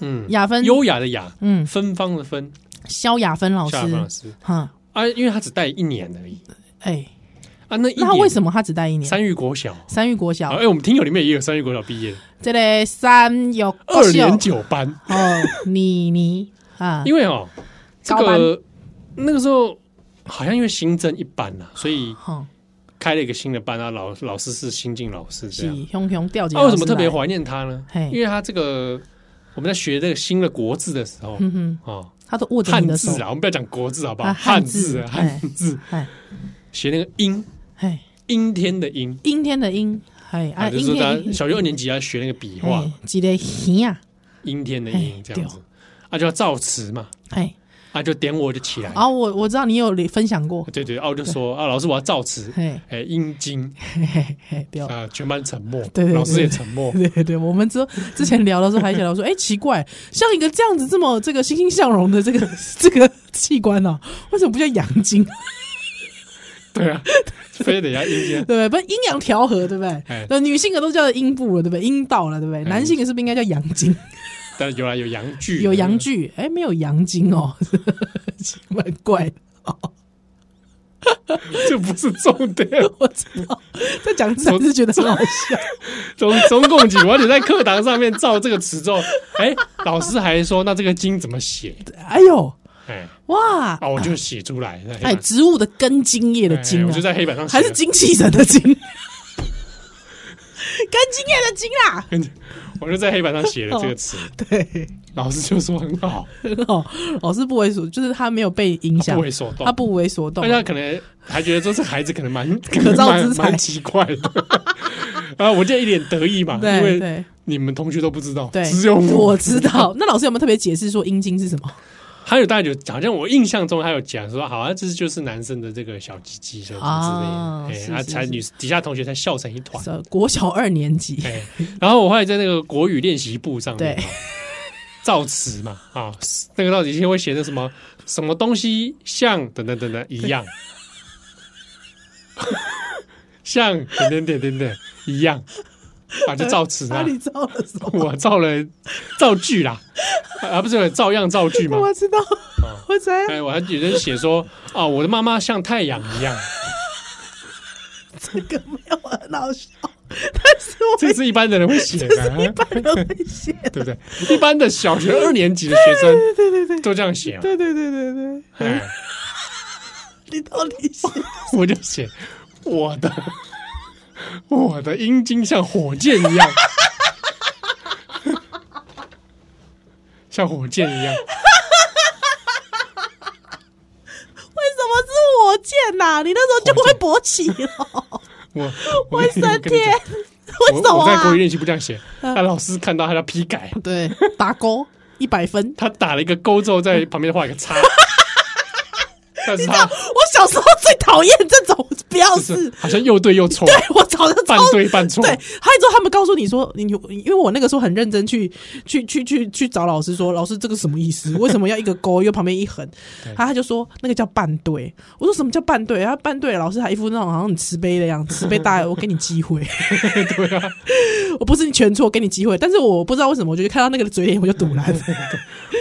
[SPEAKER 2] 嗯，
[SPEAKER 3] 雅芬，
[SPEAKER 2] 优雅的雅，
[SPEAKER 3] 嗯，
[SPEAKER 2] 芬芳的芬，
[SPEAKER 3] 萧雅芬老师
[SPEAKER 2] 萧，雅芬老师。
[SPEAKER 3] 哈，
[SPEAKER 2] 啊，因为他只带一年而已
[SPEAKER 3] 哎，
[SPEAKER 2] 啊，那一
[SPEAKER 3] 那他为
[SPEAKER 2] 么
[SPEAKER 3] 什么他只待一年？
[SPEAKER 2] 三育国小？
[SPEAKER 3] 三育国
[SPEAKER 2] 啊
[SPEAKER 3] 小
[SPEAKER 2] 哎，，我们听友里面也有三育国小毕业的
[SPEAKER 3] 这类三有国
[SPEAKER 2] 二
[SPEAKER 3] 小
[SPEAKER 2] 年九班，
[SPEAKER 3] 哦，你你啊，
[SPEAKER 2] 因为哦，这
[SPEAKER 3] 高班
[SPEAKER 2] 个那个时候好像因为新增一班啦，所以
[SPEAKER 3] 好。
[SPEAKER 2] 开了一个新的班啊，老老师是新进老师这
[SPEAKER 3] 是
[SPEAKER 2] 样。
[SPEAKER 3] 熊熊掉进。
[SPEAKER 2] 啊，为什么特别？怀念他呢
[SPEAKER 3] 嘿？
[SPEAKER 2] 因为他这个我们在学这个新的国字的时候
[SPEAKER 3] 嗯哼，
[SPEAKER 2] 啊，
[SPEAKER 3] 他都握着
[SPEAKER 2] 汉
[SPEAKER 3] 你的手
[SPEAKER 2] 字。啊，我们不要讲国字好不好？
[SPEAKER 3] 啊汉
[SPEAKER 2] 汉
[SPEAKER 3] 字
[SPEAKER 2] 字啊，汉字
[SPEAKER 3] 哎
[SPEAKER 2] 学那个阴
[SPEAKER 3] 哎，
[SPEAKER 2] 阴天的阴
[SPEAKER 3] 阴天的阴，哎
[SPEAKER 2] 啊，
[SPEAKER 3] 啊，
[SPEAKER 2] 就
[SPEAKER 3] 阴
[SPEAKER 2] 是
[SPEAKER 3] 天
[SPEAKER 2] 他
[SPEAKER 3] 的阴
[SPEAKER 2] 小学二年级要学那个笔画
[SPEAKER 3] 哎，，几个形啊？
[SPEAKER 2] 阴天的
[SPEAKER 3] 哎
[SPEAKER 2] 阴这样子，啊就要造词嘛，
[SPEAKER 3] 哎，
[SPEAKER 2] 啊就点我就起来，
[SPEAKER 3] 啊，我我知道你有分享过，
[SPEAKER 2] 对对，啊我就 说啊老师我要造词，
[SPEAKER 3] 嘿，
[SPEAKER 2] 哎阴经
[SPEAKER 3] 嘿嘿嘿，不要。
[SPEAKER 2] 啊全班沉默，
[SPEAKER 3] 哦对对对
[SPEAKER 2] 老师也沉默，
[SPEAKER 3] 对对对，我们之之前聊的时候还想到说，哎、奇怪，像一个这样子这么这个欣欣向荣的这个 这个器官哦、为什么不叫阳经？
[SPEAKER 2] 对啊，非得要阴
[SPEAKER 3] 对
[SPEAKER 2] 间
[SPEAKER 3] 不， 对？不是阴阳调和，对不
[SPEAKER 2] 哎
[SPEAKER 3] 对？那女性的都叫做阴部了，对不对？阴道了，对不对？
[SPEAKER 2] 哎
[SPEAKER 3] 男性的是不是应该叫阳 经？
[SPEAKER 2] 但有来有阳具，
[SPEAKER 3] 有阳具，哎、没有阳经哦、蛮怪的。
[SPEAKER 2] 这不是重点，
[SPEAKER 3] 我知道，在讲之前是觉得很好笑，
[SPEAKER 2] 中中共警官你在课堂上面造这个词之后，哎老师还说那这个经怎么写，
[SPEAKER 3] 哎呦，
[SPEAKER 2] 哎
[SPEAKER 3] 哇，
[SPEAKER 2] 啊我就写出来，在黑
[SPEAKER 3] 哎，
[SPEAKER 2] 板
[SPEAKER 3] 植物的根茎叶的茎、
[SPEAKER 2] 哎
[SPEAKER 3] 啊，
[SPEAKER 2] 我就在黑板上写
[SPEAKER 3] 还是精气神的精， 跟精液的精啊啦。
[SPEAKER 2] 跟着我就在黑板上写
[SPEAKER 3] 哦
[SPEAKER 2] 了这个词，
[SPEAKER 3] 对，
[SPEAKER 2] 老师就说很好，
[SPEAKER 3] 很好，哦老师不为所，就是他没有被影响，
[SPEAKER 2] 不为所动
[SPEAKER 3] 他。不为所动
[SPEAKER 2] 大。家可能还觉得说这孩子可能蛮可
[SPEAKER 3] 哦 可
[SPEAKER 2] 能
[SPEAKER 3] 造
[SPEAKER 2] 蛮
[SPEAKER 3] 之材
[SPEAKER 2] 蛮奇怪的， 啊，我就一脸得意嘛，因
[SPEAKER 3] 对
[SPEAKER 2] 为
[SPEAKER 3] 对
[SPEAKER 2] 你们同学都不知道，
[SPEAKER 3] 对，
[SPEAKER 2] 只有
[SPEAKER 3] 我知道。那老师有没有特别解释说阴茎是什么？
[SPEAKER 2] 还有大家有，好像我印象中还有讲说，好啊，这就是男生的这个小鸡鸡什
[SPEAKER 3] 啊
[SPEAKER 2] 么之类
[SPEAKER 3] 是
[SPEAKER 2] 的，哎，啊，
[SPEAKER 3] 是
[SPEAKER 2] 才
[SPEAKER 3] 是
[SPEAKER 2] 女底下同学才笑成一团。
[SPEAKER 3] 是国小二年级，
[SPEAKER 2] 哎，然后我后来在那个国语练习簿上面
[SPEAKER 3] 对
[SPEAKER 2] 哈造词嘛，啊，那个到底先会写的什么什么东西像等等等等一样，像点点点点点一样，啊，就造词
[SPEAKER 3] 啊，
[SPEAKER 2] 啊，
[SPEAKER 3] 你知道了什么？
[SPEAKER 2] 我造了造句啦，啊，不是有照样造句吗？
[SPEAKER 3] 我哦知道， 我知道，
[SPEAKER 2] 哎，我还有人写说啊，我的妈妈像太阳一样，
[SPEAKER 3] 这个没有很好 笑，但是我
[SPEAKER 2] 这是一般的人会写 的啊，
[SPEAKER 3] 们都会写。
[SPEAKER 2] 对不对？一般的小学二年级的学生
[SPEAKER 3] 对对对
[SPEAKER 2] 都这样写嘛。
[SPEAKER 3] 对对对对对，
[SPEAKER 2] 哎，
[SPEAKER 3] 你到底 写
[SPEAKER 2] 我就写我的我的阴茎像火箭一样， 像火箭一样，
[SPEAKER 3] 为什么是火箭呐、你那时候就会勃起了，
[SPEAKER 2] 我
[SPEAKER 3] 我
[SPEAKER 2] 跟
[SPEAKER 3] 升天，
[SPEAKER 2] 我
[SPEAKER 3] 啊 为什么、
[SPEAKER 2] 我在国语
[SPEAKER 3] 啊？
[SPEAKER 2] 练习不这样写，那老师看到他要批改，
[SPEAKER 3] 对，打勾一百分。
[SPEAKER 2] 他打了一个勾之后，在旁边画一个 叉。但是
[SPEAKER 3] 你知
[SPEAKER 2] 他
[SPEAKER 3] 道我小时候最讨厌这种标
[SPEAKER 2] 就是
[SPEAKER 3] 示，
[SPEAKER 2] 好像又对又错，
[SPEAKER 3] 对我早就
[SPEAKER 2] 半
[SPEAKER 3] 超
[SPEAKER 2] 对半错
[SPEAKER 3] 对，，还有之后他们告诉你说，你因为我那个时候很认真去去去去去找老师说，老师这个什么意思？为什么要一个勾又旁边一横？他他就说那个叫半对。我说什么叫半对？他半对，老师还一副那种好像很慈悲的样子，慈悲大爱，我给你机会。
[SPEAKER 2] 对啊，
[SPEAKER 3] 我不是你全错，给你机会，但是我不知道为什么，我就看到那个嘴脸我 就堵了。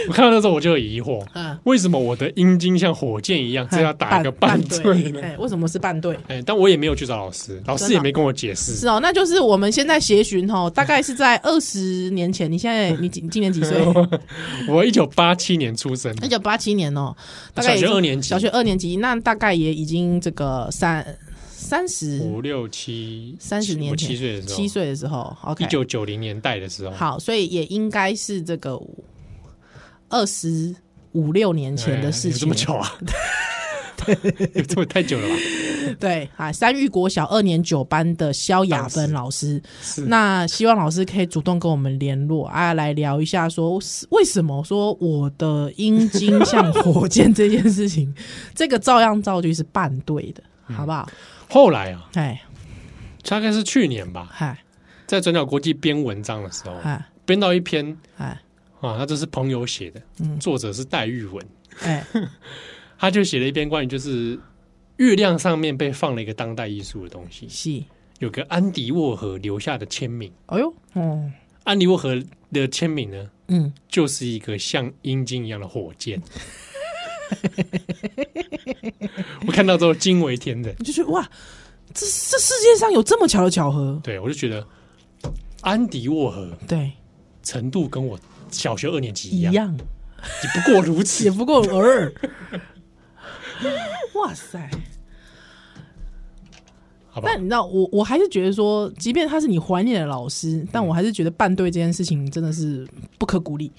[SPEAKER 2] 我看到那时候我就有疑惑
[SPEAKER 3] 嗯，
[SPEAKER 2] 为什么我的阴茎像火箭一样，这要打一 个半对呢？
[SPEAKER 3] 哎，为什么是半对？
[SPEAKER 2] 哎，但我也没有去找老师，老师也没跟我解释。
[SPEAKER 3] 啊是哦，那就是我们现在协寻哈，大概是在二十年前。你 现在你今今年几岁？
[SPEAKER 2] 我一九八七年出生的，
[SPEAKER 3] 一九八七年哦，大
[SPEAKER 2] 小
[SPEAKER 3] 概
[SPEAKER 2] 学
[SPEAKER 3] 已经
[SPEAKER 2] 二年级
[SPEAKER 3] 小学二年级，那大概也已经这个三三十
[SPEAKER 2] 五六七
[SPEAKER 3] 三十年
[SPEAKER 2] 我
[SPEAKER 3] 前，
[SPEAKER 2] 哦七岁的时候，
[SPEAKER 3] 七岁的时候，OK，
[SPEAKER 2] 一九九零年代的时候，
[SPEAKER 3] 好，所以也应该是这个二十五六年
[SPEAKER 2] 哎
[SPEAKER 3] 前的事
[SPEAKER 2] 有
[SPEAKER 3] 情。
[SPEAKER 2] 这么久 啊？ 有这么太久了吧？
[SPEAKER 3] 对啊，三育国小二年九班的肖雅芬老师，
[SPEAKER 2] 是
[SPEAKER 3] 那希望老师可以主动跟我们联络啊，来聊一下说为什么说我的阴茎像火箭这件事情，这个照样造句是半 对的，
[SPEAKER 2] 嗯
[SPEAKER 3] 好不好？
[SPEAKER 2] 后来啊，
[SPEAKER 3] 哎
[SPEAKER 2] 大概是去年吧，
[SPEAKER 3] 嗨
[SPEAKER 2] 在转角国际编文章的时候，
[SPEAKER 3] 嗨
[SPEAKER 2] 编到一篇
[SPEAKER 3] 嗨
[SPEAKER 2] 啊，那这是朋友写的，
[SPEAKER 3] 嗯
[SPEAKER 2] 作者是戴玉文，
[SPEAKER 3] 哎
[SPEAKER 2] 他就写了一篇关于就是月亮上面被放了一个当代艺术的东西，
[SPEAKER 3] 是，
[SPEAKER 2] 有个安迪沃荷留下的签名。
[SPEAKER 3] 哎呦，嗯
[SPEAKER 2] 安迪沃荷的签名呢，
[SPEAKER 3] 嗯，
[SPEAKER 2] 就是一个像阴茎一样的火箭。 我看到之后惊为天人，
[SPEAKER 3] 你就觉得哇，这这世界上有这么巧的巧合，
[SPEAKER 2] 对我就觉得安迪沃荷
[SPEAKER 3] 对，
[SPEAKER 2] 程度跟我小学二年级一
[SPEAKER 3] 一
[SPEAKER 2] 样，
[SPEAKER 3] 样，
[SPEAKER 2] 也不过如
[SPEAKER 3] 也
[SPEAKER 2] 此。
[SPEAKER 3] 不过 偶尔，哇塞。
[SPEAKER 2] 好吧
[SPEAKER 3] 但，你知道，我我还是觉得说，即便他是你怀念的老师，
[SPEAKER 2] 嗯
[SPEAKER 3] 但我还是觉得办对这件事情真的是不可鼓励。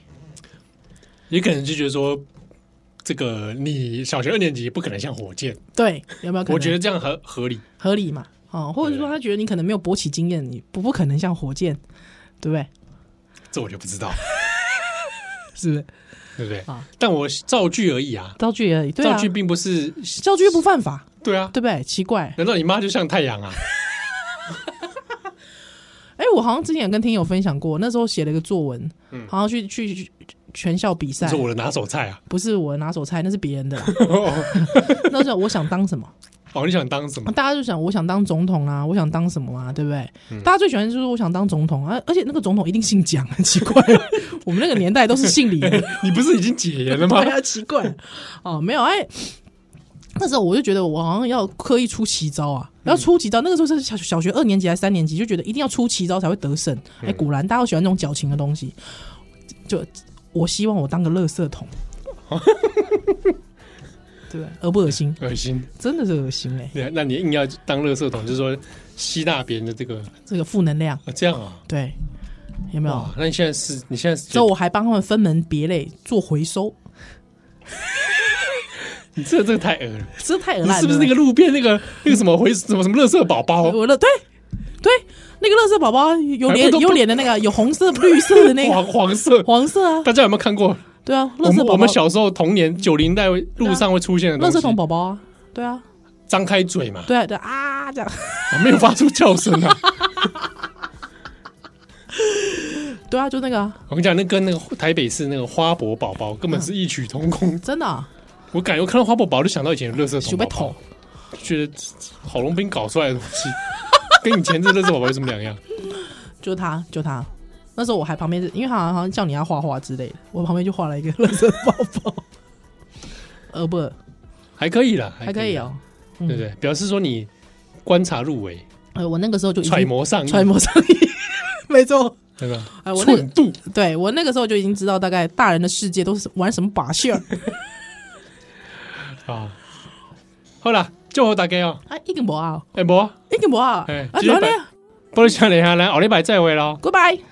[SPEAKER 2] 也可能就觉得说，这个你小学二年级不可能像火箭，
[SPEAKER 3] 对，有没有可能？
[SPEAKER 2] 我觉得这样合合理。
[SPEAKER 3] 合理嘛，哦，或者说他觉得你可能没有勃起经验，你不不可能像火箭，对不对？
[SPEAKER 2] 这我就不知道。
[SPEAKER 3] 是不是？
[SPEAKER 2] 对不对
[SPEAKER 3] 啊？
[SPEAKER 2] 但我造句而已啊，
[SPEAKER 3] 造句而已，对啊，
[SPEAKER 2] 造句并不是
[SPEAKER 3] 造句又不犯法，
[SPEAKER 2] 对啊。
[SPEAKER 3] 对不对？奇怪，
[SPEAKER 2] 难道你妈就像太阳啊？
[SPEAKER 3] 哎、我好像之前也跟听友分享过，那时候写了一个作文，好像去去去全校比
[SPEAKER 2] 这
[SPEAKER 3] 赛
[SPEAKER 2] 嗯是，我的拿手菜啊！
[SPEAKER 3] 不是我的拿手菜，那是别人 的啦。
[SPEAKER 2] 哦，
[SPEAKER 3] 那时候我想当什么，
[SPEAKER 2] 你想当什么？
[SPEAKER 3] 大家就想我想当总统啊，我想当什么啊，对不对？大家最喜欢就是我想当总统啊，而且那个总统一定姓蒋，很 奇怪，我们那个年代都是姓李的，
[SPEAKER 2] 你不是已经解严了吗？
[SPEAKER 3] 对啊，奇怪哦，没有哎、那时候我就觉得我好像要刻意出奇招啊，要出奇招。那个时候是小小学二年级还是三年级，就觉得一定要出奇招才会得胜。哎、果然大家都喜欢这种矫情的东西。就我希望我当个垃圾桶，对不对？恶不恶心？
[SPEAKER 2] 恶心！
[SPEAKER 3] 真的是恶心哎、
[SPEAKER 2] 对啊，那你硬要当垃圾桶，就是说吸纳别人的这个
[SPEAKER 3] 这个负能量，
[SPEAKER 2] 啊，这样啊？哦
[SPEAKER 3] 对，有没有？
[SPEAKER 2] 哇，那你现在是，你现在是
[SPEAKER 3] 之后我还帮他们分门别类做回收，
[SPEAKER 2] 你这这个太恶了，
[SPEAKER 3] 这太恶
[SPEAKER 2] 你
[SPEAKER 3] 烂了。
[SPEAKER 2] 是不是那个路边那个那个什么回什么什么垃圾宝宝？
[SPEAKER 3] 我的对对，那个乐色宝宝啊有
[SPEAKER 2] 还不
[SPEAKER 3] 脸
[SPEAKER 2] 都不
[SPEAKER 3] 有脸的那个，有红色、绿色的那
[SPEAKER 2] 黄
[SPEAKER 3] 个，
[SPEAKER 2] 黄色，
[SPEAKER 3] 黄色啊，
[SPEAKER 2] 大家有没有看过？
[SPEAKER 3] 对啊，乐
[SPEAKER 2] 我们
[SPEAKER 3] 色宝
[SPEAKER 2] 我
[SPEAKER 3] 宝
[SPEAKER 2] 们，小时候童年九零代路上会出现的东
[SPEAKER 3] 乐
[SPEAKER 2] 西，
[SPEAKER 3] 色桶宝宝啊，对啊，
[SPEAKER 2] 张开嘴嘛，
[SPEAKER 3] 对啊对啊啊这样，
[SPEAKER 2] 啊没有发出叫声啊！
[SPEAKER 3] 对啊，就那个啊
[SPEAKER 2] 我跟你讲，那跟那个台北市那个花博宝宝根本是异曲同工。
[SPEAKER 3] 真的啊
[SPEAKER 2] 我感觉我看到花博宝宝就想到以前的垃圾
[SPEAKER 3] 鼠
[SPEAKER 2] 桶
[SPEAKER 3] 被
[SPEAKER 2] 宝
[SPEAKER 3] 桶
[SPEAKER 2] 宝，，就觉得郝龙斌搞出来的东西，跟以前这垃圾宝宝有什么两样？
[SPEAKER 3] 就他就他。那时候我还旁边是，因为他好像叫你要画画之类的，我旁边就画了一个乐色宝宝，呃不，
[SPEAKER 2] 还可以啦，
[SPEAKER 3] 还可以哦，
[SPEAKER 2] 对不对？表示说你观察入微，
[SPEAKER 3] 呃我那个时候就已经
[SPEAKER 2] 揣摩上意，
[SPEAKER 3] 揣摩上意， 没错，
[SPEAKER 2] 对吧？
[SPEAKER 3] 哎我那个
[SPEAKER 2] 蠢度，
[SPEAKER 3] 对我那个时候就已经知道大概大人的世界都是玩什么把戏儿。
[SPEAKER 2] 啊，好啦，祝好大家哦，
[SPEAKER 3] 啊，已经无啊，
[SPEAKER 2] 哎无，
[SPEAKER 3] 已经无啊，
[SPEAKER 2] 哎
[SPEAKER 3] 啊，
[SPEAKER 2] 今天
[SPEAKER 3] 就安尼
[SPEAKER 2] 拜
[SPEAKER 3] 啊
[SPEAKER 2] 啊不如像你下咱后礼拜再会咯，
[SPEAKER 3] ，Goodbye。
[SPEAKER 1] Oh, Oh, Oh,